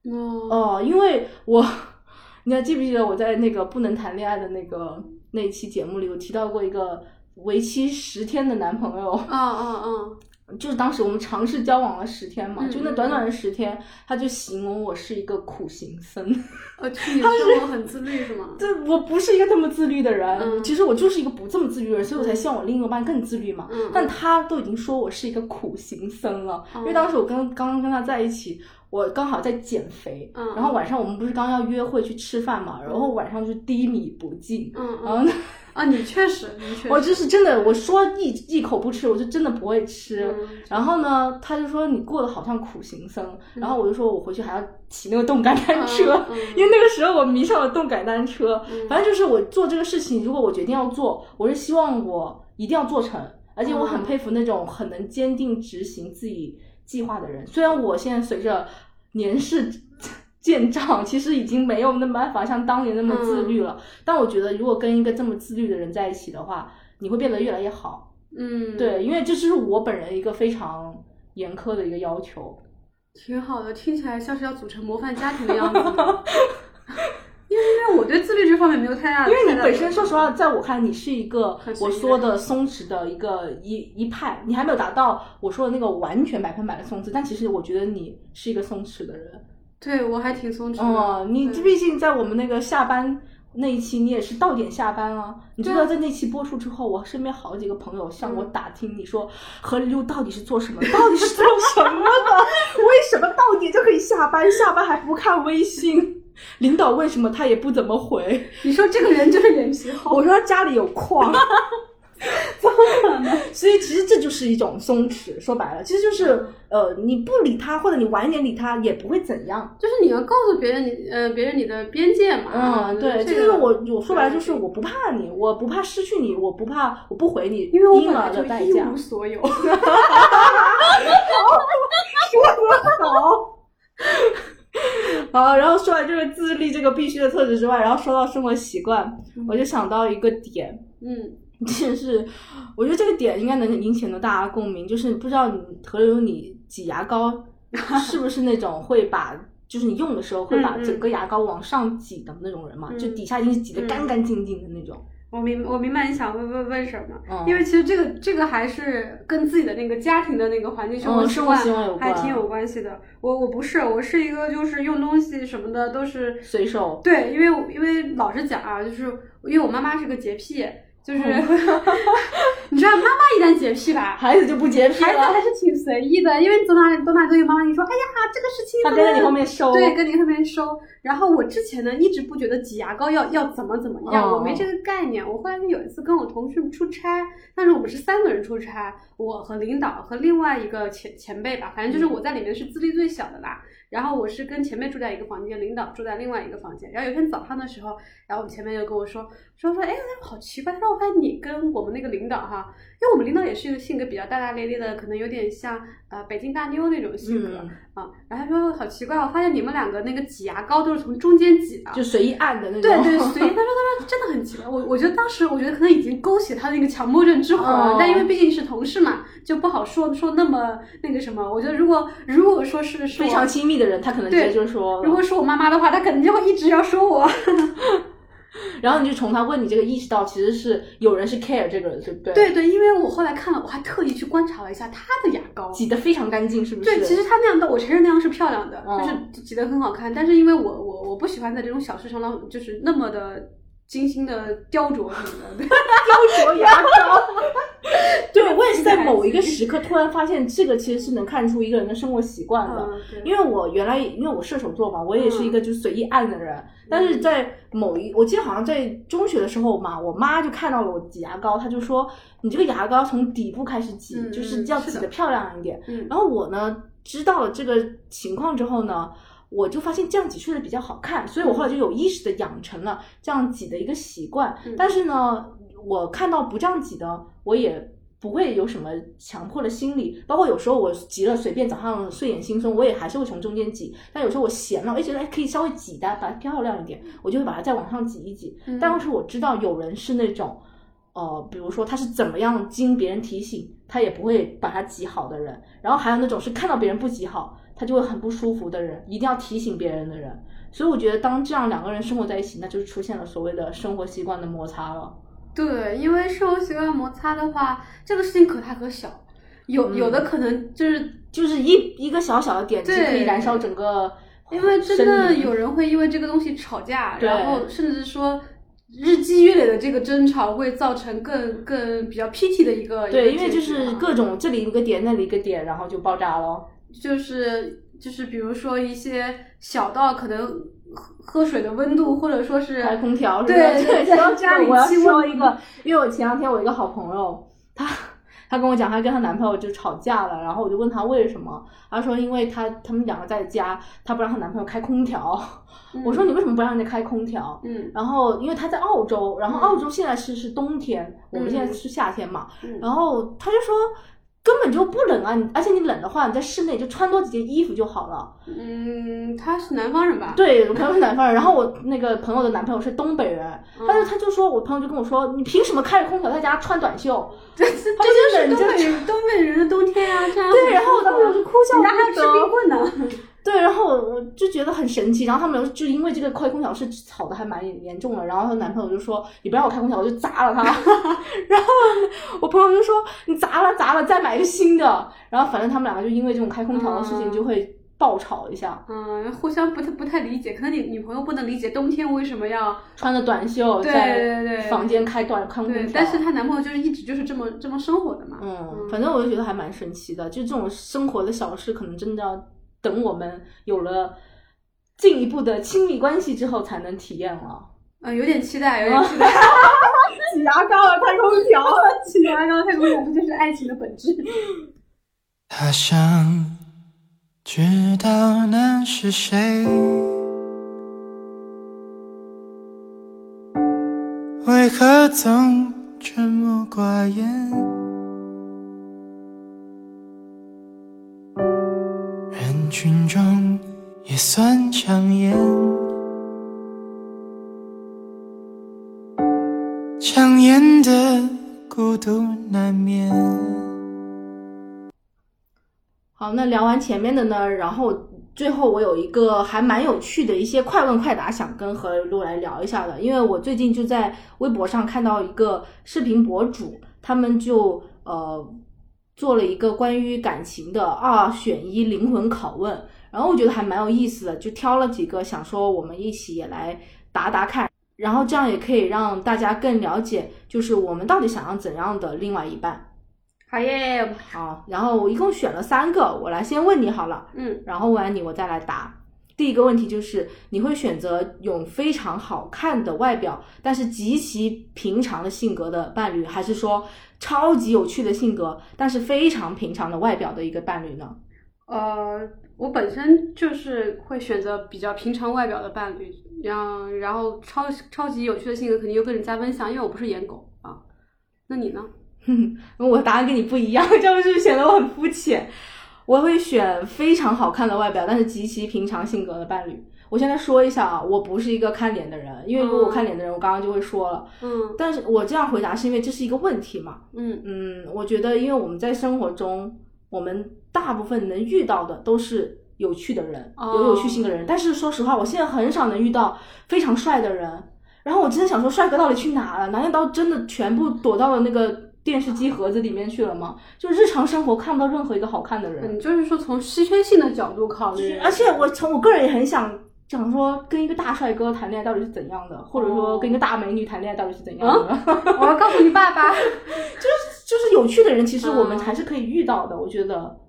C: 哦
B: 哦，因为我， 你还记不记得我在那个不能谈恋爱的那个那一期节目里，有提到过一个为期十天的男朋友，
C: 哦哦
B: 就是当时我们尝试交往了十天嘛，
C: 嗯
B: 就那短短的十天，他就形容我是一个苦行僧。
C: 哦，就是你的生活很自律是吗？
B: 这我不是一个这么自律的人，
C: 嗯
B: 其实我就是一个不这么自律的人，所以我才希望我另一半更自律嘛。
C: 嗯
B: 但他都已经说我是一个苦行僧了，
C: 嗯
B: 因为当时我跟刚刚跟他在一起，我刚好在减肥，
C: 嗯
B: 然后晚上我们不是刚要约会去吃饭嘛，然后晚上就低迷不进。
C: 嗯
B: 然后
C: 嗯
B: 呢，
C: 啊，你确实，你确实，
B: 我就是真的，我说一一口不吃，我就真的不会吃。
C: 嗯
B: 然后呢，他就说你过得好像苦行僧，然后我就说我回去还要骑那个动感单车，
C: 嗯嗯
B: 因为那个时候我迷上了动感单车。
C: 嗯
B: 反正就是我做这个事情，如果我决定要做，我是希望我一定要做成，而且我很
C: 嗯
B: 佩服那种很能坚定执行自己计划的人。虽然我现在随着年事渐长，其实已经没有那么办法像当年那么自
C: 嗯
B: 律了，但我觉得如果跟一个这么自律的人在一起的话，你会变得越来越好。
C: 嗯，，
B: 对，因为这是我本人一个非常严苛的一个要求。
C: 挺好的，听起来像是要组成模范家庭的样子。 因为因为我对自律这方面没有太 大的，
B: 因为
C: 太
B: 你
C: 大
B: 本
C: 的
B: 身，说实话，在我看你是一个
C: 很随
B: 我
C: 意的
B: 说的松弛的一个一一派，你还没有达到我说的那个完全百分百的松弛，但其实我觉得你是一个松弛的人。
C: 对我还挺松弛的。
B: 哦、你
C: 对
B: 毕竟在我们那个下班。那一期你也是到点下班啊，你知
C: 对啊嗯
B: 道在那期播出之后，我身边好几个朋友向我打听，你说何溜到底是做什么，到底是做什么的？ 为什么到点就可以下班，下班还不看微信？ 领导问什么他也不怎么回，
C: 你说这个人就是脸皮 厚，
B: 我说他家里有矿， 所以其实这就是一种松弛，说白了，其实就是
C: 嗯
B: 呃，你不理他或者你晚一点理他也不会怎样。
C: 就是你要告诉别人你呃别人你的边界嘛。
B: 嗯，对，这
C: 这
B: 就是
C: 个
B: 我我说白了就是我不怕你，我不怕失去你，我不怕我不回你，
C: 因为我
B: 因
C: 本
B: 而
C: 来
B: 的代
C: 就一
B: 价
C: 无。所 有。
B: 好，好，然后说完这个自律这个必须的特质之外，然后说到生活习惯，我就想到一个点，
C: 嗯
B: 就是我觉得这个点应该能引起很多大家共鸣，就是不知道你河流你挤牙 膏是不是那种会把。就是你用的时候会把
C: 嗯嗯
B: 整个牙膏往上挤的那种人嘛，
C: 嗯
B: 就底下已经是挤得干干净净的那种。
C: 我明我明白你想问问问什么，
B: 嗯
C: 因为其实这个这个还是跟自己的那个家庭的那个环境生活
B: 嗯
C: 习
B: 生活
C: 惯
B: 习惯有
C: 还
B: 关
C: 挺有关系的。我我不是，我是一个就是用东西什么的都是
B: 随手
C: 对，因为我因为老实讲啊，就是因为我妈妈是个洁癖，就是、
B: 哦
C: 你知道妈妈一旦洁癖吧。
B: 孩子就不洁癖
C: 孩子
B: 了，
C: 还是挺随意的，因为走哪里走哪都有妈妈跟你说，哎呀，这个事情
B: 他
C: 怎
B: 跟
C: 么
B: 在你后面收。
C: 对，跟你后面收。然后我之前呢，一直不觉得挤牙膏要要怎么怎么样，
B: 哦
C: 我没这个概念。我后来是有一次跟我同事出差，但是我们是三个人出差，我和领导和另外一个前前辈吧，反正就是
B: 嗯
C: 我在里面是资历最小的啦。然后我是跟前辈住在一个房间，领导住在另外一个房间。然后有一天早上的时候，然后我们前辈就跟我说，说说，哎，好奇怪，他说我发现你跟我们那个领导哈，因为我们领导也是一个性格比较大大咧咧的，可能有点像呃北京大妞那种性格。
B: 嗯，
C: 啊，然后他说好奇怪，我发现你们两个那个挤牙膏都是从中间挤的。
B: 就随意按的那种。
C: 对对，所以他说他说真的很奇怪，我我觉得当时我觉得可能已经勾起他那个强迫症之火了，
B: 哦
C: 但因为毕竟是同事嘛，就不好说说那么那个什么。我觉得如果如果说是 是
B: 非
C: 我
B: 常亲密的人，他可能直接
C: 对
B: 就说了。
C: 如果是我妈妈的话，她肯定就会一直要说我。
B: 然后你就从他问你这个意识到，其实是有人是 care 这个人，对不对？
C: 对对，因为我后来看了，我还特意去观察了一下她的牙膏，
B: 挤得非常干净，是不是？
C: 对，其实她那样的，我承认那样是漂亮的，
B: 嗯
C: 就是挤得很好看。但是因为我我我不喜欢在这种小事上浪，就是那么 的精心的雕琢什么的。
B: 雕琢牙膏。对，我是在某一个时刻突然发现，这个其实是能看出一个人的生活习惯的。
C: 嗯，对
B: 因为我原来因为我射手座嘛，我也是一个就是随意按的人，但是在某一，我记得好像在中学的时候嘛，我妈就看到了我挤牙膏，她就说你这个牙膏从底部开始挤，
C: 嗯
B: 就是要挤
C: 是
B: 得
C: 的
B: 漂亮一点。
C: 嗯
B: 然后我呢知道了这个情况之后呢。我就发现这样挤确实比较好看，所以我后来就有意识的养成了这样挤的一个习惯。
C: 嗯
B: 但是呢，我看到不这样挤的，我也不会有什么强迫的心理。包括有时候我急了，随便早上睡眼惺忪，我也还是会从中间挤。但有时候我闲了，我也觉得哎可以稍微挤一下，把它漂亮一点，我就会把它再往上挤一挤。
C: 嗯
B: 但是我知道有人是那种，呃，比如说他是怎么样经别人提醒，他也不会把它挤好的人。然后还有那种是看到别人不挤好，他就会很不舒服的人，一定要提醒别人的人。所以我觉得，当这样两个人生活在一起，那就是出现了所谓的生活习惯的摩擦了。
C: 对，因为生活习惯摩擦的话，这个事情可大可小，有、
B: 嗯
C: 有的可能就是
B: 就是一一个小小的点就
C: 对
B: 可以燃烧整个森林，
C: 因为真的有人会因为这个东西吵架，
B: 对
C: 然后甚至说日积月累的这个争吵会造成更更比较 PT 的一个
B: 对，
C: 一
B: 因
C: 个
B: 为就
C: 结局
B: 是
C: 啊
B: 各种这里一个点，那里一个点，然后就爆炸咯。
C: 就是就是比如说一些小到可能喝喝水的温度，或者说是
B: 开空调是吧？
C: 对
B: 对，
C: 对在
B: 说
C: 家里
B: 我要
C: 气温
B: 说一个，因为我前两天我一个好朋友，她她跟我讲，她跟她男朋友就吵架了，然后我就问她为什么，她说因为她他们两个在家，她不让她男朋友开空调。
C: 嗯
B: 我说啊你为什么不让人家开空调？
C: 嗯
B: 然后因为他在澳洲，然后
C: 嗯
B: 澳洲现在是是冬天，我们
C: 嗯
B: 现在是夏天嘛，
C: 嗯
B: 然后他就说根本就不冷啊，你而且你冷的话，你在室内就穿多几件衣服就好了。
C: 嗯，他是南方人吧？
B: 对，我朋友是南方人，然后我那个朋友的男朋友是东北人，
C: 嗯，
B: 但是他就说我朋友就跟我说，你凭什么开着空调在家穿短袖？
C: 这这
B: 他
C: 这
B: 就
C: 就是是东
B: 冷
C: 北人东北人的冬天啊，这样
B: 对，然后我当时我就哭笑
C: 你
B: 不
C: 还要吃
B: 得
C: 冰。棍呢，
B: 对，然后我我就觉得很神奇，然后他们就因为这个开空调是吵得还蛮严重的，然后她男朋友就说：“你不让我开空调，我就砸 了它。” 然后我朋友就说：“你砸了砸了，再买一个新的。”然后反正他们两个就因为这种开空调的事情
C: 嗯
B: 就会爆吵一下，
C: 嗯，互相不太不太理解，可能你女朋友不能理解冬天为什么要
B: 穿着短袖
C: 对
B: 在
C: 对对
B: 房间开短开空调
C: 对，。但是她男朋友就是一直就是这么这么生活的嘛，
B: 嗯，
C: 嗯
B: 反正我就觉得还蛮神奇的，就这种生活的小事，可能真的要等我们有了进一步的亲密关系之后才能体验了。
C: 嗯，有点期待，有点期待，
B: 挤牙膏了，开空调 了，
C: 起来然后太空讲这就是爱情的本质。
D: 他想知道那是谁，为何总沉默寡言？人群中也算抢眼，抢眼的孤独难免。
B: 好，那聊完前面的呢，然后最后我有一个还蛮有趣的一些快问快答，想跟何璐来聊一下的，因为我最近就在微博上看到一个视频博主，他们就呃做了一个关于感情的二选一灵魂拷问，然后我觉得还蛮有意思的，就挑了几个想说我们一起也来答答看，然后这样也可以让大家更了解，就是我们到底想要怎样的另外一半。
C: 好耶，
B: 好，然后我一共选了三个，我来先问你好了，
C: 嗯，
B: 然后问完你我再来答。第一个问题就是，你会选择有非常好看的外表，但是极其平常的性格的伴侣，还是说超级有趣的性格，但是非常平常的外表的一个伴侣呢？
C: 呃，我本身就是会选择比较平常外表的伴侣，然后然后超超级有趣的性格肯定又跟人家分享，因为我不是颜狗啊。那你呢？
B: 我答案跟你不一样， 这样是不是显得我很肤浅？我会选非常好看的外表，但是极其平常性格的伴侣。我现在说一下啊，我不是一个看脸的人，因为如果我看脸的人，我刚刚就会说了。
C: 嗯
B: 但是我这样回答是因为这是一个问题嘛？
C: 嗯
B: 嗯，我觉得因为我们在生活中，我们大部分能遇到的都是有趣的人，
C: 哦
B: 有有趣性的人。但是说实话，我现在很少能遇到非常帅的人。然后我真的想说，帅哥到底去哪了？难道真的全部躲到了那个电视机盒子里面去了吗？就日常生活看不到任何一个好看的人。
C: 你就是说从稀缺性的角度考虑，
B: 而且我从我个人也很想想说，跟一个大帅哥谈恋爱到底是怎样的，或者说跟一个大美女谈恋爱到底是怎样的。
C: 我要告诉你爸爸，
B: 就是就是有趣的人，其实我们
C: 嗯
B: 还是可以遇到的。我觉得，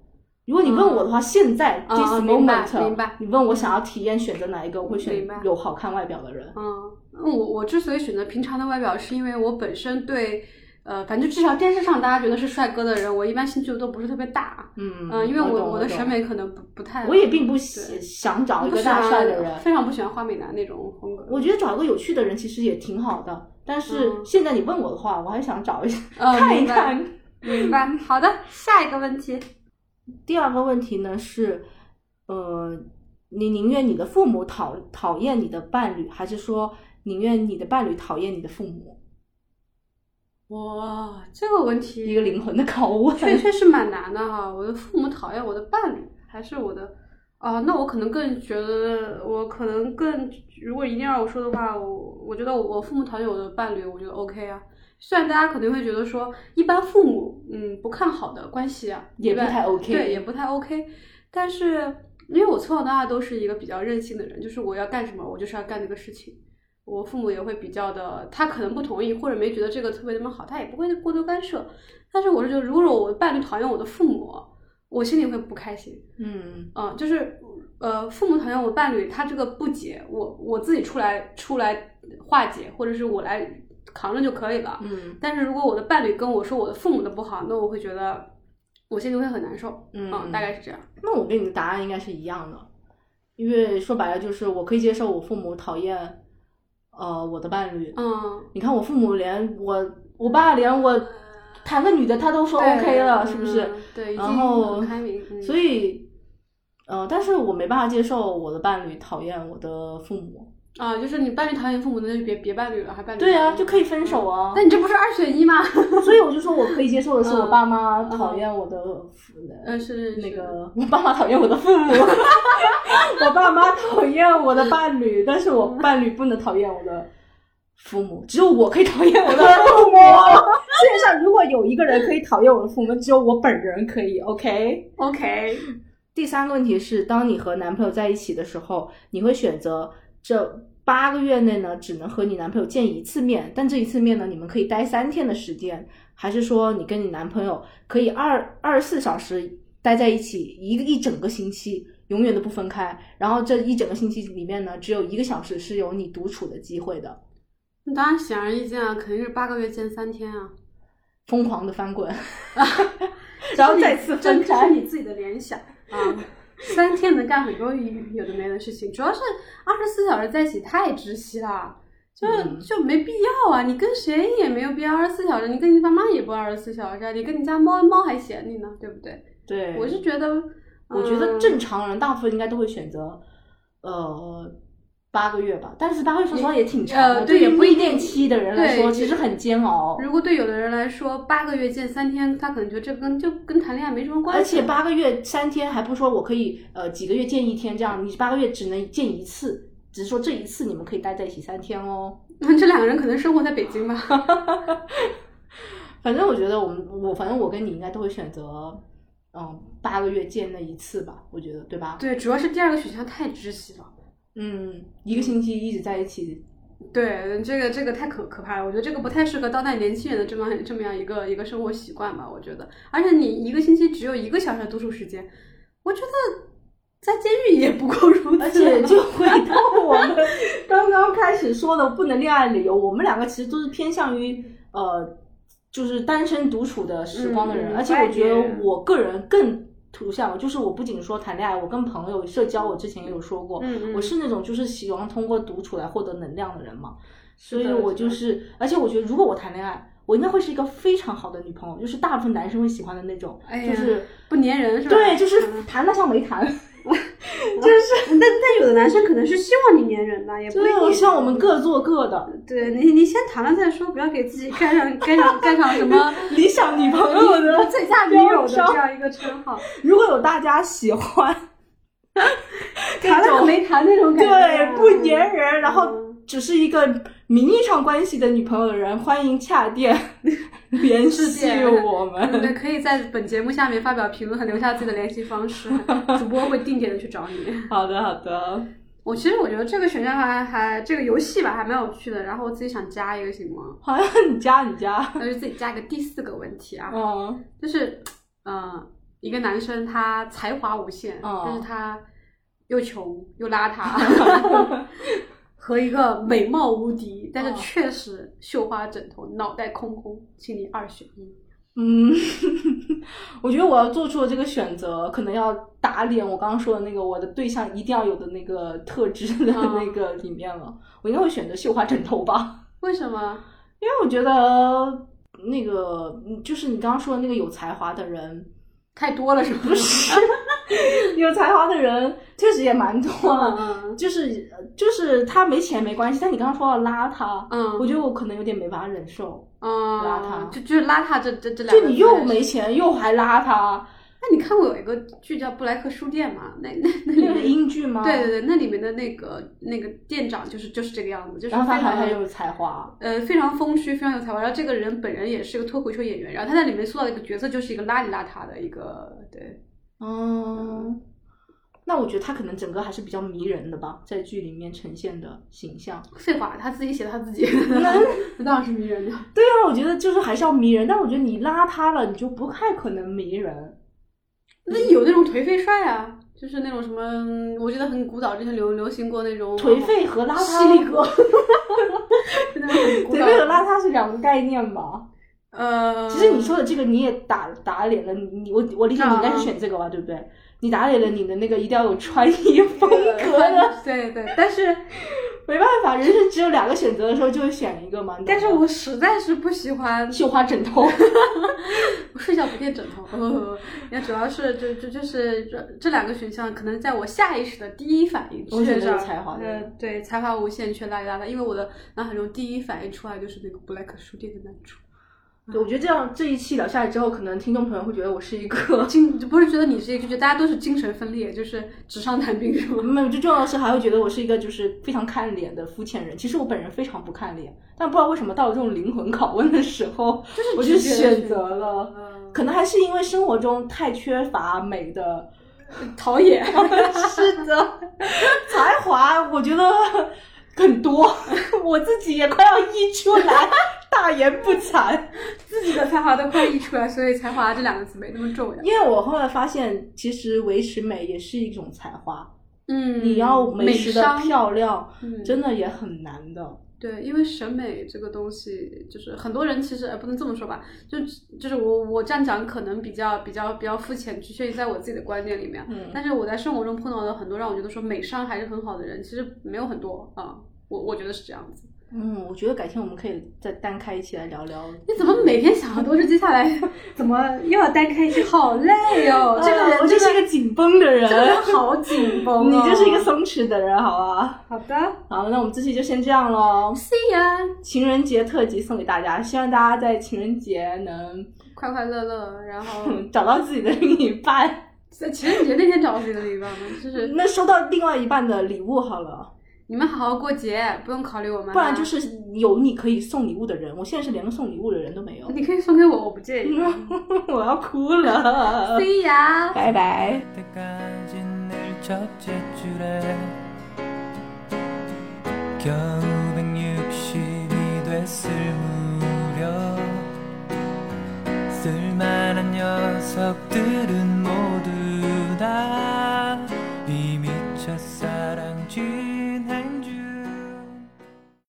B: 如果你问我的话，现在、
C: 嗯
B: this
C: 嗯明白
B: moment，
C: 明白嗯
B: 你问我想要体验选择哪一个，我会选
C: 明白
B: 有好看外表的人。
C: 嗯，那我我之所以选择平常的外表，是因为我本身对，呃，反正至少电视上大家觉得是帅哥的人，我一般兴趣都不是特别大。
B: 嗯
C: 嗯，因为
B: 我
C: 我
B: 懂
C: 的
B: 懂
C: 审美可能不不太，
B: 我也并不
C: 对
B: 喜想
C: 我
B: 找一
C: 不
B: 个
C: 喜
B: 大
C: 欢
B: 帅的人，
C: 非常不喜欢花美男那种风格。
B: 我觉得找一个有趣的人其实也挺好的。但是
C: 嗯
B: 现在你问我的话，我还想找一下、
C: 嗯
B: 看一
C: 明白
B: 看
C: 明白，嗯好的，下一个问题。
B: 第二个问题呢是，呃，你宁愿你的父母讨讨厌你的伴侣，还是说宁愿你的伴侣讨厌你的父母？
C: 哇，这个问题
B: 一个灵魂的拷问。
C: 确确实蛮难的哈。我的父母讨厌我的伴侣，还是我的啊、那我可能更觉得，我可能更，如果一定要我说的话，我我觉得我我父母讨厌我的伴侣，我觉得 OK 啊。虽然大家肯定会觉得说，一般父母嗯不看好的关系啊，
B: 也不
C: 一般
B: 太 OK
C: 对，也不太 OK。但是因为我从小到大都是一个比较任性的人，就是我要干什么，我就是要干这个事情。我父母也会比较的，他可能不同意或者没觉得这个特别那么好，他也不会过多干涉。但是我是觉得，如果我的伴侣讨厌我的父母，我心里会不开心。
B: 嗯
C: 嗯、就是呃，父母讨厌我伴侣，他这个不解，我我自己出来出来化解，或者是我来扛着就可以了。
B: 嗯
C: 但是如果我的伴侣跟我说我的父母的不好，那我会觉得我心里会很难受。
B: 嗯
C: 嗯，大概是这样。
B: 那我跟你的答案应该是一样的，因为说白了就是我可以接受我父母讨厌，呃，我的伴侣。
C: 嗯，
B: 你看我父母连我我爸连我谈个女的他都说
C: 对
B: OK 了，是不是？
C: 嗯对，已
B: 然
C: 经
B: 后
C: 很开明。嗯
B: 所以，呃，但是我没办法接受我的伴侣讨厌我的父母。
C: 啊，就是你伴侣讨厌父母，那就别别伴侣了，还伴侣？
B: 对啊，就可以分手啊。
C: 那你这不是二选一 吗？
B: 所以我就说我可以接受的是我
C: 嗯
B: 爸妈讨厌我的父，
C: 嗯，是
B: 那个我爸妈讨厌我的父 母，我爸妈讨厌我的伴侣，但是我伴侣不能讨厌我的。父母只有我可以讨厌我的 父母。世界上如果有一个人可以讨厌我的父母，只有我本人可以。OK，
C: OK，
B: 第三个问题是，当你和男朋友在一起的时候，你会选择这八个月内呢，只能和你男朋友见一次面，但这一次面呢，你们可以待三天的时间，还是说你跟你男朋友可以二二十四小时待在一起，一个一整个星期，永远都不分开？然后这一整个星期里面呢，只有一个小时是有你独处的机会的，
C: 那当然显而易见啊，肯定是八个月见三天啊。
B: 疯狂的翻 滚，然后再次分
C: 这是
B: 开。
C: 你自己的联想啊。三天能干很多有的没的事情，主要是二十四小时在一起太窒息了，就
B: 嗯
C: 就没必要啊！你跟谁也没有必要二十四小时，你跟你爸妈也不二十四小时啊，你跟你家猫猫还嫌你呢，对不对？
B: 对，
C: 我是觉得，
B: 我觉得
C: 嗯
B: 正常人大部分应该都会选择，呃，八个月吧。但是八个月说实话也挺长的，
C: 呃对
B: 于
C: 也不
B: 蜜
C: 一定
B: 恋期的人来说，
C: 对
B: 其实很煎熬。
C: 如果对有的人来说，八个月见三天，他可能觉得这跟就跟谈恋爱没什么
B: 而
C: 关系。
B: 且八个月三天还不说我可以呃几个月见一天这样，你八个月只能见一次，只是说这一次你们可以待在一起三天哦。
C: 这两个人可能生活在北京吧。
B: 反正我觉得我们我反正我跟你应该都会选择，嗯，八个月见那一次吧，我觉得对吧？
C: 对，主要是第二个选项太窒息了。
B: 嗯，一个星期一直在一起，
C: 对，这个这个太可可怕了，我觉得这个不太适合当代年轻人的这么这么样一个一个生活习惯吧，我觉得。而且你一个星期只有一个小时的独处时间，我觉得在监狱也不过如 此。
B: 而 且就回到我们刚刚开始说的不能恋爱的理由，我们两个其实都是偏向于呃，就是单身独处的时光的人，
C: 嗯
B: 而且我觉
C: 外
B: 得
C: 界
B: 我个人更图向，就是我不仅说谈恋爱，我跟朋友社交，我之前也有说过，
C: 嗯，嗯
B: 我是那种就是喜欢通过独处来获得能量的人嘛，所
C: 的
B: 以我就是，而且我觉得如果我谈恋爱。我应该会是一个非常好的女朋友，就是大部分男生会喜欢的那种，
C: 哎呀
B: 就是
C: 不粘人是吧？
B: 对，就是
C: 嗯
B: 谈的像没 谈。
C: 就是，但但有的男生可能是希望你粘人的，也不
B: 对，我希望我们各做各的，
C: 对你你先谈了再说，不要给自己盖上盖上盖上 什么
B: 理想女朋友的
C: 最佳女友的这样一个称 号，
B: 如果有大家喜欢，
C: 谈了和没谈那种感觉啊，
B: 对不粘人，然后
C: 嗯
B: 只是一个名义上关系的女朋友的人，欢迎洽 店联系我
C: 嗯 对，
B: 们。
C: 可以在本节目下面发表评论，留下自己的联系方式，主播会定点的去找你。
B: 好的，好的，
C: 我其实我觉得这个选项还还这个游戏吧还蛮有趣的，然后我自己想加一个行吗？
B: 好像你加你加，
C: 那就自己加一个第四个问题啊，
B: 嗯，
C: 就是呃，一个男生他才华无限，
B: 哦
C: 但是他又穷又 邋遢，和一个美貌无敌，但是
B: 哦
C: 确实绣花枕头，脑袋空空，请你二选一。
B: 嗯， 我觉得我要做出的这个选择，可能要打脸我刚刚说的那个我的对象一定要有的那个特质的
C: 嗯
B: 那个里面了。我应该会选择绣花枕头吧，
C: 为什么？
B: 因为我觉得那个嗯就是你刚刚说的那个有才华的人，
C: 太多了是不是？
B: 有才华的人确实也蛮多
C: 嗯
B: 了。
C: 嗯
B: 就是就是他没钱没关系，但你刚刚说到邋遢，
C: 嗯
B: 我觉得我可能有点没办法忍受。
C: 嗯，
B: 邋遢
C: 就就是邋遢这这嗯这两个
B: 就
C: 字。
B: 你又没钱又还邋遢，
C: 那你看过有一个剧叫《布莱克书店》吗？那 那那里
B: 那个
C: 面
B: 是英剧吗？
C: 对对对，那里面的那个那个店长就是就是这个样子，就是
B: 然后他
C: 非
B: 好
C: 常
B: 像有才华，
C: 呃非常风趣，非常有才华。然后这个人本人也是个脱口秀演员，然后他在里面塑造的一个角色就是一个邋里邋遢的一个对。哦
B: 嗯，那我觉得他可能整个还是比较迷人的吧，在剧里面呈现的形 象。
C: 废话，他自己写他自 己，那当然是迷人的。
B: 对啊，我觉得就是还是要迷人，但我觉得你邋遢了，你就不太可能迷人。
C: 那有那种颓废帅啊，就是那种什么，嗯我觉得很古早之前流流行过那种
B: 颓，废和邋遢，
C: 犀利哥那种很古
B: 颓
C: 早
B: 废和邋遢是两个概念吧？
C: 呃，
B: 其实你说的这个你也打打脸了，你你我我理解你应该是选这个吧，对不对？你打脸了你的那个一定要有穿衣风格的。
C: 对对，但是
B: 没办法，人生只有两个选择的时候就会选一个嘛。你懂
C: 但
B: 吗
C: 是我实在是不喜欢
B: 绣花枕头，
C: 我 睡觉不垫枕头， 也主要是就就就是这这两个选项，可能在我下意识的第一反应
B: 我选
C: 确实
B: 择有才华的
C: 呃，对，才华无限，却邋里邋遢。因为我的脑海中第一反应出来就是那个布莱克书店的男主，，
B: 对，我觉得这样这一期聊下来之后，可能听众朋友会觉得我是一个
C: 精不是觉得你是一个，就觉得大家都是精神分裂，就是纸上谈兵是吗？
B: 没有，最重要的是还会觉得我是一个就是非常看脸的肤浅人。其实我本人非常不看脸，但不知道为什么到了这种灵魂拷问的时候，
C: 就是
B: 我就
C: 直觉地
B: 选择了，
C: 嗯
B: 可能还是因为生活中太缺乏美 的，
C: 陶冶。
B: 是的，才华我觉得很多， 我自己也快要溢出来，大言不惭。
C: 自己的才华都快溢出来，所以才华这两个字没那么重要。
B: 因为我后来发现，其实维持美也是一种才华，
C: 嗯，
B: 你要维
C: 美
B: 持的
C: 商
B: 漂亮，
C: 嗯
B: 真的也很难的。
C: 对，因为审美这个东西，就是很多人其实呃不能这么说吧，就就是我我这样讲可能比较比较比较肤浅，局限于在我自己的观念里面。
B: 嗯
C: 但是我在生活中碰到的很多让我觉得说美商还是很好的人，其实没有很多啊、我我觉得是这样子。
B: 嗯，我觉得改天我们可以再单开一期来聊聊。
C: 你怎么每天想的都是接下来怎么又要单开一期，好累哦！ 这个
B: 啊
C: 人
B: 我就
C: 真
B: 是一
C: 的
B: 个紧绷的人，
C: 真的好紧绷、哦啊
B: 你就是一个松弛的人，好吧？
C: 好的啊
B: 好，那我们这期就先这样喽。
C: ，See ya，
B: 情人节特辑送给大家，希望大家在情人节能
C: 快快乐乐，然后
B: 找到自己的另一半。
C: 情人节那天找到自己的另一半吗？就是。
B: 那收到另外一半的礼物好了，
C: 你们好好过节，不用考虑我们啊。
B: 不然就是有你可以送礼物的人。我现在是连个送礼物的人都没有。
C: 你可以送给我，我不介意。
B: 我要哭 了，
C: 对 呀。
B: 拜拜。
D: 때까지 늘 첫째줄에 겨우 160이 됐을 무렵 쓸만한 녀석들은 모두 다 이미 첫사랑 쥐